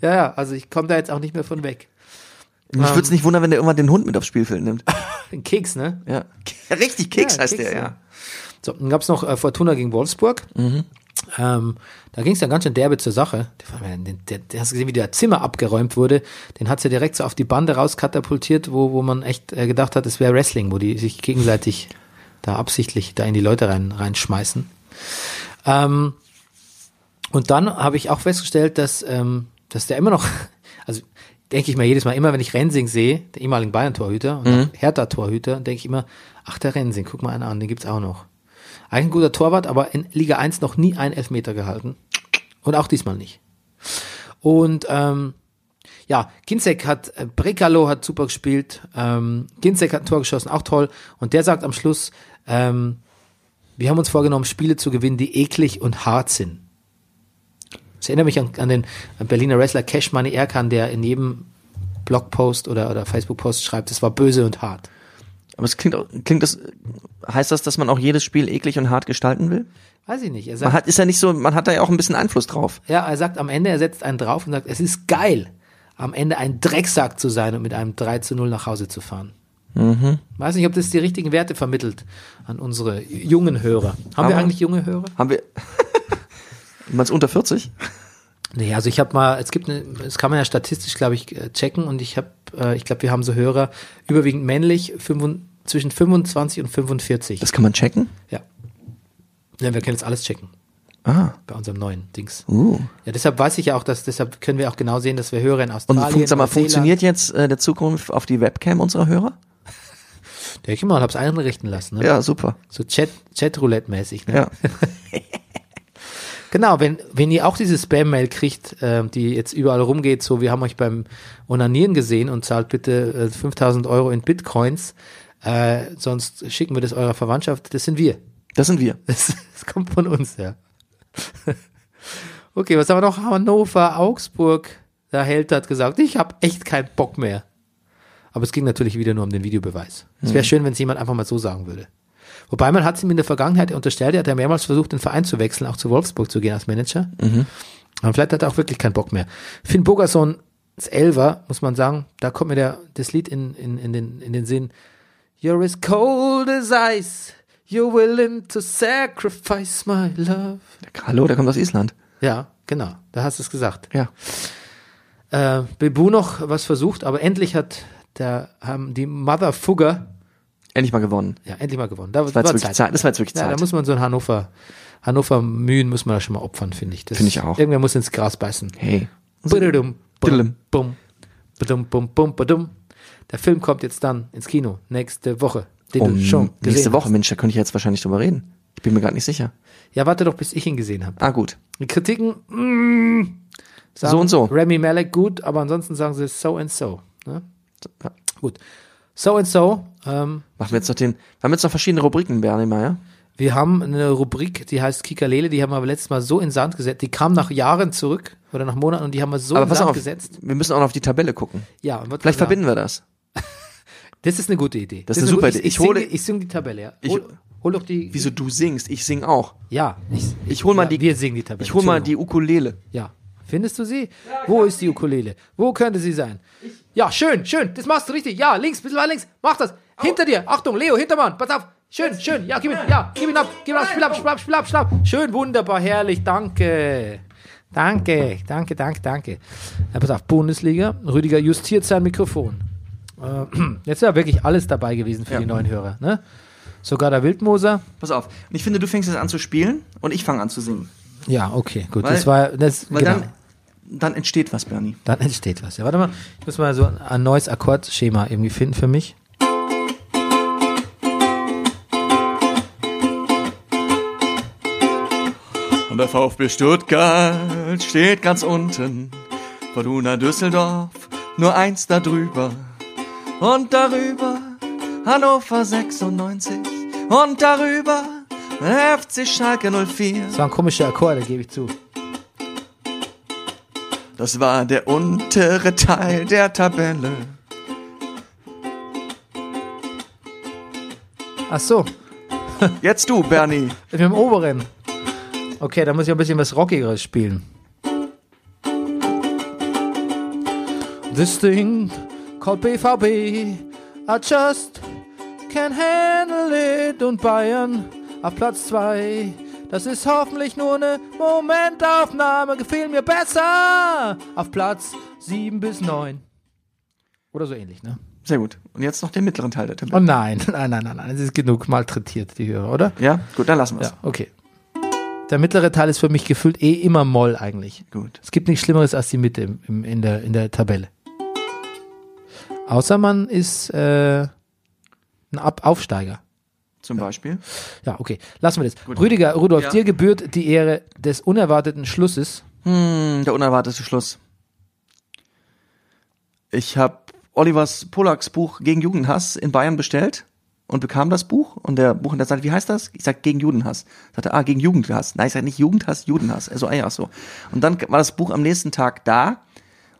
S2: ja, ja, also ich komme da jetzt auch nicht mehr von weg.
S1: Mich würde es nicht wundern, wenn der irgendwann den Hund mit aufs Spielfeld nimmt.
S2: Ein Keks, ne?
S1: Ja. Richtig, Keks heißt
S2: Keks,
S1: der,
S2: ja.
S1: ja. Mhm.
S2: So, dann gab's noch äh, Fortuna gegen Wolfsburg. Ähm, da ging's dann ganz schön derbe zur Sache. Der, der, der, der hast gesehen, wie der Zimmer abgeräumt wurde. Den hat's ja direkt so auf die Bande rauskatapultiert, wo, wo man echt äh, gedacht hat, es wäre Wrestling, wo die sich gegenseitig da absichtlich da in die Leute rein, reinschmeißen. Ähm, und dann habe ich auch festgestellt, dass, ähm, dass der immer noch, also denke ich mir jedes Mal, immer wenn ich Rensing sehe, der ehemaligen Bayern-Torhüter und auch Hertha-Torhüter, denke ich immer, ach der Rensing, guck mal einen an, den gibt's auch noch. Eigentlich ein guter Torwart, aber in Liga 1 noch nie einen Elfmeter gehalten. Und auch diesmal nicht. Und ähm, ja, Ginzek hat, äh, Brekalo hat super gespielt, ähm, Ginzek hat ein Tor geschossen, auch toll. Und der sagt am Schluss, ähm, wir haben uns vorgenommen, Spiele zu gewinnen, die eklig und hart sind. Das erinnert mich an, an den Berliner Wrestler Cash Money Erkan, der in jedem Blogpost oder, oder Facebook-Post schreibt, es war böse und hart.
S1: Aber es klingt, auch- klingt das, heißt das, dass man auch jedes Spiel eklig und hart gestalten will?
S2: Weiß ich nicht. Er sagt,
S1: Man hat, ist ja nicht so, man hat da ja auch ein bisschen Einfluss drauf.
S2: ja, er sagt am Ende, er setzt einen drauf und sagt, es ist geil, am Ende ein Drecksack zu sein und mit einem 3 zu 0 nach Hause zu fahren. Weiß nicht, ob das die richtigen Werte vermittelt an unsere jungen Hörer. Haben wir
S1: Aber-
S2: eigentlich junge Hörer?
S1: Haben wir, man ist unter 40?
S2: Nee, also ich habe mal, es gibt, eine, das kann man ja statistisch, glaube ich, äh, checken und ich habe, äh, ich glaube, wir haben so Hörer überwiegend männlich, fünfund- zwischen 25 und 45.
S1: Das kann man checken?
S2: ja. ja, wir können jetzt alles checken
S1: Ah,
S2: bei unserem neuen Dings.
S1: uh.
S2: Ja, deshalb weiß ich ja auch, dass deshalb können wir auch genau sehen, dass wir Hörer in
S1: Und
S2: Australien.
S1: fun sag mal,
S2: Neuseeland-
S1: funktioniert jetzt äh, der Zukunft auf die Webcam unserer Hörer?
S2: Ja, ich mal, hab's einrichten lassen. Ne?
S1: Ja, super.
S2: So Chat, Chatroulette-mäßig. Ne?
S1: Ja.
S2: Genau, wenn, wenn ihr auch diese Spam-Mail kriegt, ähm, die jetzt überall rumgeht, so wir haben euch beim Onanieren gesehen und zahlt bitte äh, 5000 Euro in Bitcoins, äh, sonst schicken wir das eurer Verwandtschaft. Das sind wir.
S1: Das sind wir.
S2: Das, das kommt von uns her. Okay, was haben wir noch? Hannover, Augsburg. Der Held hat gesagt, ich habe echt keinen Bock mehr. Aber es ging natürlich wieder nur um den Videobeweis. Es wäre schön, wenn es jemand einfach mal so sagen würde. Wobei man hat es ihm in der Vergangenheit unterstellt, er hat ja mehrmals versucht, den Verein zu wechseln, auch zu Wolfsburg zu gehen als Manager. Aber vielleicht hat er auch wirklich keinen Bock mehr. Finn Bogerson, das Elfer, muss man sagen, da kommt mir der, das Lied in, in, in, den, in den Sinn. You're as cold as ice. You're willing to sacrifice my love.
S1: Hallo, der kommt aus Island.
S2: Ja, genau. Da hast du es gesagt.
S1: Ja.
S2: Äh, Bebu noch was versucht, aber endlich hat der, haben die Mother Fugger
S1: Endlich mal gewonnen.
S2: ja, endlich mal gewonnen. Da
S1: Das war, jetzt wirklich Zeit. Das war jetzt wirklich
S2: Ja, da
S1: Zeit.
S2: muss man so ein Hannover, Hannover Mühen muss man da schon mal opfern, finde ich. Das-
S1: Finde ich auch.
S2: Irgendwer muss ins Gras beißen.
S1: hey.
S2: Badum, badum,
S1: Badum.
S2: bum. Badum, bum, bum, badum. Der Film kommt jetzt dann ins Kino nächste Woche. Den
S1: Oh,
S2: du schon
S1: nächste
S2: gesehen
S1: Woche,
S2: Hast.
S1: Mensch, da könnte ich jetzt wahrscheinlich drüber reden. Ich bin mir gerade nicht sicher.
S2: Ja, warte doch, bis ich ihn gesehen habe.
S1: Ah, gut.
S2: Die Kritiken, mm, sagen
S1: So und so.
S2: Remy Malek gut, aber ansonsten sagen sie so and so. Ne?
S1: Ja.
S2: Gut. So and so. Ähm,
S1: Machen wir jetzt noch den. Wir haben jetzt noch verschiedene Rubriken, Bernie Meyer.
S2: wir haben eine Rubrik, die heißt Kikalele, die haben wir aber letztes Mal so in Sand gesetzt. Die kam nach Jahren zurück oder nach Monaten und die haben wir so
S1: Aber
S2: in
S1: pass
S2: Sand
S1: auf,
S2: gesetzt.
S1: wir müssen auch noch auf die Tabelle gucken.
S2: Ja, und was
S1: Vielleicht
S2: wir sagen.
S1: verbinden wir das.
S2: Das ist eine gute Idee.
S1: Das ist eine super
S2: gute-
S1: Idee.
S2: Ich,
S1: Ich
S2: ich, hole,
S1: hole-
S2: ich singe die Tabelle. Ja.
S1: Ich-
S2: Hol, hol doch die.
S1: Wieso du singst? Ich sing auch.
S2: Ja, ich,
S1: Ich hol mal
S2: ja,
S1: die-
S2: Wir singen die Tabelle.
S1: Ich hol mal die
S2: Entschuldigung.
S1: Ukulele.
S2: Ja. Findest du sie? Wo ist die Ukulele? Wo könnte sie sein? Ja, schön, schön. Das machst du richtig. Ja, links, bisschen weiter links. Mach das. Hinter dir. Achtung, Leo, Hintermann. Pass auf. Schön, schön. Ja, gib ihn. Ja, gib ihn ab. Gib ihn ab. Spiel ab, spiel ab, spiel ab, spiel ab. Schön, wunderbar, herrlich. Danke. Danke, danke, danke, danke. Ja, pass auf, Bundesliga. Rüdiger justiert sein Mikrofon. Äh, Jetzt ist ja wirklich alles dabei gewesen für die neuen Hörer. Ne? Sogar der Wildmoser.
S1: Pass auf. Und ich finde, du fängst jetzt an zu spielen und ich fange an zu singen.
S2: Ja, okay, gut.
S1: Weil-
S2: das war das,
S1: Weil
S2: genau.
S1: dann, dann entsteht was, Bernie.
S2: Dann entsteht was. Ja, warte mal, ich muss mal so ein, ein neues Akkordschema irgendwie finden für mich.
S1: Und der VfB Stuttgart steht ganz unten. Fortuna Düsseldorf nur eins darüber. Und darüber Hannover 96. Und darüber FC Schalke 04.
S2: Das war ein komischer Akkord, da gebe ich zu.
S1: Das war der untere Teil der Tabelle.
S2: Ach so,
S1: Jetzt du, Bernie.
S2: mit dem oberen. Okay, da muss ich ein bisschen was Rockigeres spielen. This thing called BVB, I just can't handle it. Und Bayern auf Platz 2. Das ist hoffentlich nur eine Momentaufnahme. Gefiel mir besser auf Platz 7 bis 9. Oder so ähnlich, ne?
S1: Sehr gut. Und jetzt noch den mittleren Teil der Tabelle.
S2: Oh nein, nein, nein, nein, nein. Es ist genug malträtiert, die Hörer, oder?
S1: Ja, gut, dann lassen wir's.
S2: Ja, okay. Der mittlere Teil ist für mich gefühlt eh immer Moll eigentlich.
S1: Gut.
S2: Es gibt nichts Schlimmeres als die Mitte im, im, in, der, in der Tabelle. Außer man ist äh, ein Ab Aufsteiger.
S1: Zum Beispiel.
S2: Ja, okay. Lassen wir das. Rüdiger, Rudolf,
S1: Ja.
S2: dir gebührt die Ehre des unerwarteten Schlusses.
S1: Hm, der unerwartete Schluss. Ich habe Olivers Polaks Buch gegen Jugendhass in Bayern bestellt und bekam das Buch und der Buchhändler sagte, wie heißt das? Ich sag gegen Judenhass. Sagte, ah, gegen Jugendhass. Nein, ich sag nicht Jugendhass, Judenhass. Also, ah ja, so. Und dann war das Buch am nächsten Tag da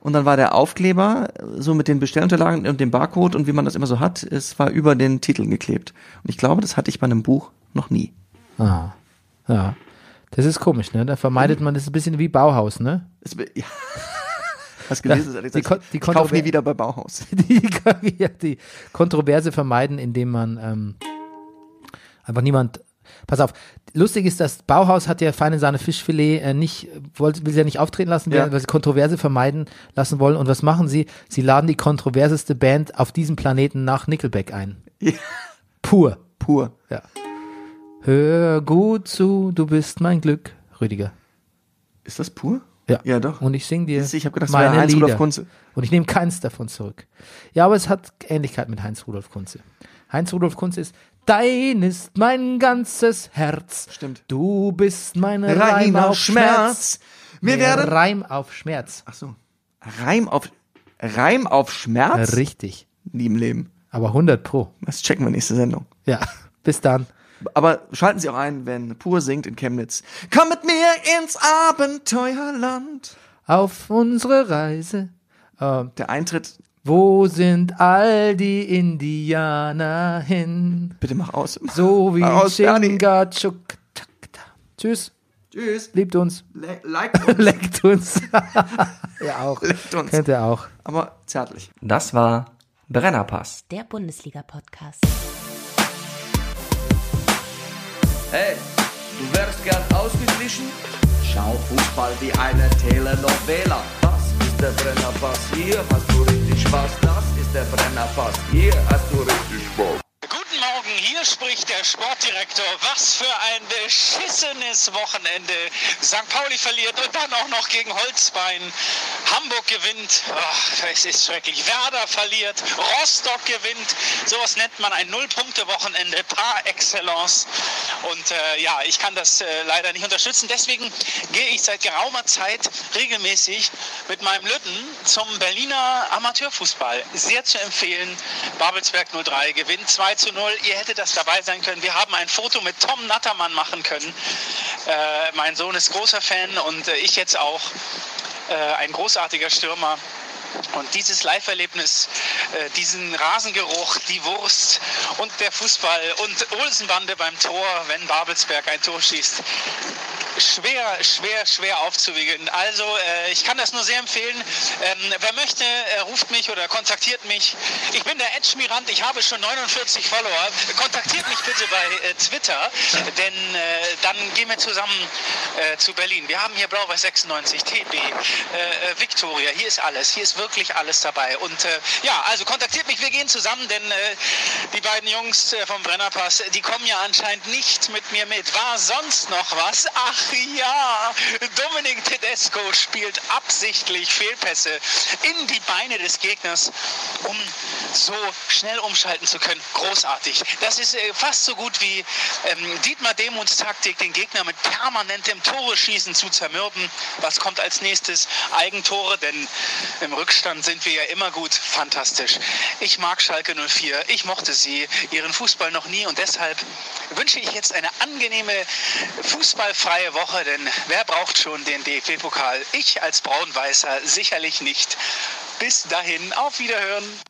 S1: und dann war der Aufkleber äh, so mit den Bestellunterlagen und dem Barcode und wie man das immer so hat, es war über den Titel geklebt. Und ich glaube, das hatte ich bei einem Buch noch nie.
S2: Ah. Ja. Das ist komisch, ne? Da vermeidet man das ist ein bisschen wie Bauhaus, ne?
S1: Es, ja. Hast gelesen,
S2: Ja,
S1: Alex?
S2: die Kon- die
S1: ich kaufe
S2: Kontrover-
S1: nie wieder bei Bauhaus.
S2: Die, können ja die Kontroverse vermeiden, indem man ähm, einfach niemand. Pass auf, lustig ist, dass Bauhaus hat ja feine Sahne Fischfilet äh, nicht, wollte, will sie ja nicht auftreten lassen,
S1: Ja.
S2: weil sie Kontroverse vermeiden lassen wollen. Und was machen sie? Sie laden die kontroverseste Band auf diesem Planeten nach Nickelback ein.
S1: Ja.
S2: Pur.
S1: Pur.
S2: Ja. Hör gut zu, du bist mein Glück, Rüdiger.
S1: Ist das pur?
S2: Ja,
S1: Ja, doch.
S2: Und ich sing dir
S1: Siehst du, ich hab gedacht, es
S2: meine
S1: wäre Heinz
S2: Lieder.
S1: Rudolf Kunze.
S2: Und ich nehme keins davon zurück. Ja, aber es hat Ähnlichkeit mit Heinz Rudolf Kunze. Heinz Rudolf Kunze ist Dein ist mein ganzes Herz.
S1: Stimmt.
S2: Du bist mein Reim,
S1: Reim
S2: auf
S1: auf
S2: Schmerz.
S1: Schmerz. Wir
S2: Nee,
S1: werden.
S2: Reim auf Schmerz.
S1: Ach so. Reim auf. Reim auf Schmerz?
S2: Richtig.
S1: Nie im Leben.
S2: Aber 100 pro.
S1: Das checken wir nächste Sendung.
S2: Ja, bis dann.
S1: Aber schalten Sie auch ein, wenn Pur singt in Chemnitz. Komm mit mir ins Abenteuerland.
S2: Auf unsere Reise. Ähm,
S1: Der Eintritt,
S2: wo sind all die Indianer hin?
S1: bitte mach aus.
S2: So wie
S1: Aus, Bernie.
S2: Chingachgook. Tschüss,
S1: Tschüss.
S2: liebt uns,
S1: Le liked uns,
S2: leckt uns. ja auch.
S1: liked uns.
S2: Kennt ihr auch.
S1: Aber zärtlich.
S3: Das war Brennerpass.
S4: Der Bundesliga-Podcast.
S5: Hey, du wärst gern ausgeglichen? Schau Fußball wie eine Telenovela. Das ist der Brennerpass, hier hast du richtig Spaß. Das ist der Brennerpass, hier hast du richtig Spaß.
S7: Guten Morgen, hier spricht der Sportdirektor. Was für ein beschissenes Wochenende. St. Pauli verliert und dann auch noch gegen Holzbein. Hamburg gewinnt. Ach, es ist schrecklich. Werder verliert. Rostock gewinnt. Sowas nennt man ein Null-Punkte-Wochenende par excellence. Und äh, ja, ich kann das äh, leider nicht unterstützen. Deswegen gehe ich seit geraumer Zeit regelmäßig mit meinem Lütten zum Berliner Amateurfußball. Sehr zu empfehlen. Babelsberg 03 gewinnt 2 zu 0. Ihr hättet das dabei sein können. Wir haben ein Foto mit Tom Nattermann machen können. Äh, mein Sohn ist großer Fan und äh, ich jetzt auch. Äh, ein großartiger Stürmer. Und dieses Live-Erlebnis, äh, diesen Rasengeruch, die Wurst und der Fußball und Olsenbande beim Tor, wenn Babelsberg ein Tor schießt, schwer, schwer, schwer aufzuwiegeln. Also äh, ich kann das nur sehr empfehlen. Ähm, wer möchte, äh, ruft mich oder kontaktiert mich. Ich bin der Edge Mirant, ich habe schon 49 Follower. Kontaktiert mich bitte bei äh, Twitter, denn äh, dann gehen wir zusammen äh, zu Berlin. Wir haben hier Blau-Weiß 96, TB, äh, äh, Victoria, hier ist alles, hier ist wirklich alles dabei. Und äh, ja, also kontaktiert mich, wir gehen zusammen, denn äh, die beiden Jungs äh, vom Brennerpass, äh, die kommen ja anscheinend nicht mit mir mit. War sonst noch was? Ach ja, Dominik Tedesco spielt absichtlich Fehlpässe in die Beine des Gegners, um so schnell umschalten zu können. Großartig. Das ist äh, fast so gut wie ähm, Dietmar Demuths Taktik, den Gegner mit permanentem Tore schießen zu zermürben. Was kommt als nächstes? Eigentore, denn im Rückstand sind wir ja immer gut. Fantastisch. Ich mag Schalke 04. Ich mochte sie, ihren Fußball noch nie und deshalb wünsche ich jetzt eine angenehme fußballfreie Woche, denn wer braucht schon den DFB-Pokal? Ich als Braun-Weißer sicherlich nicht. Bis dahin, auf Wiederhören.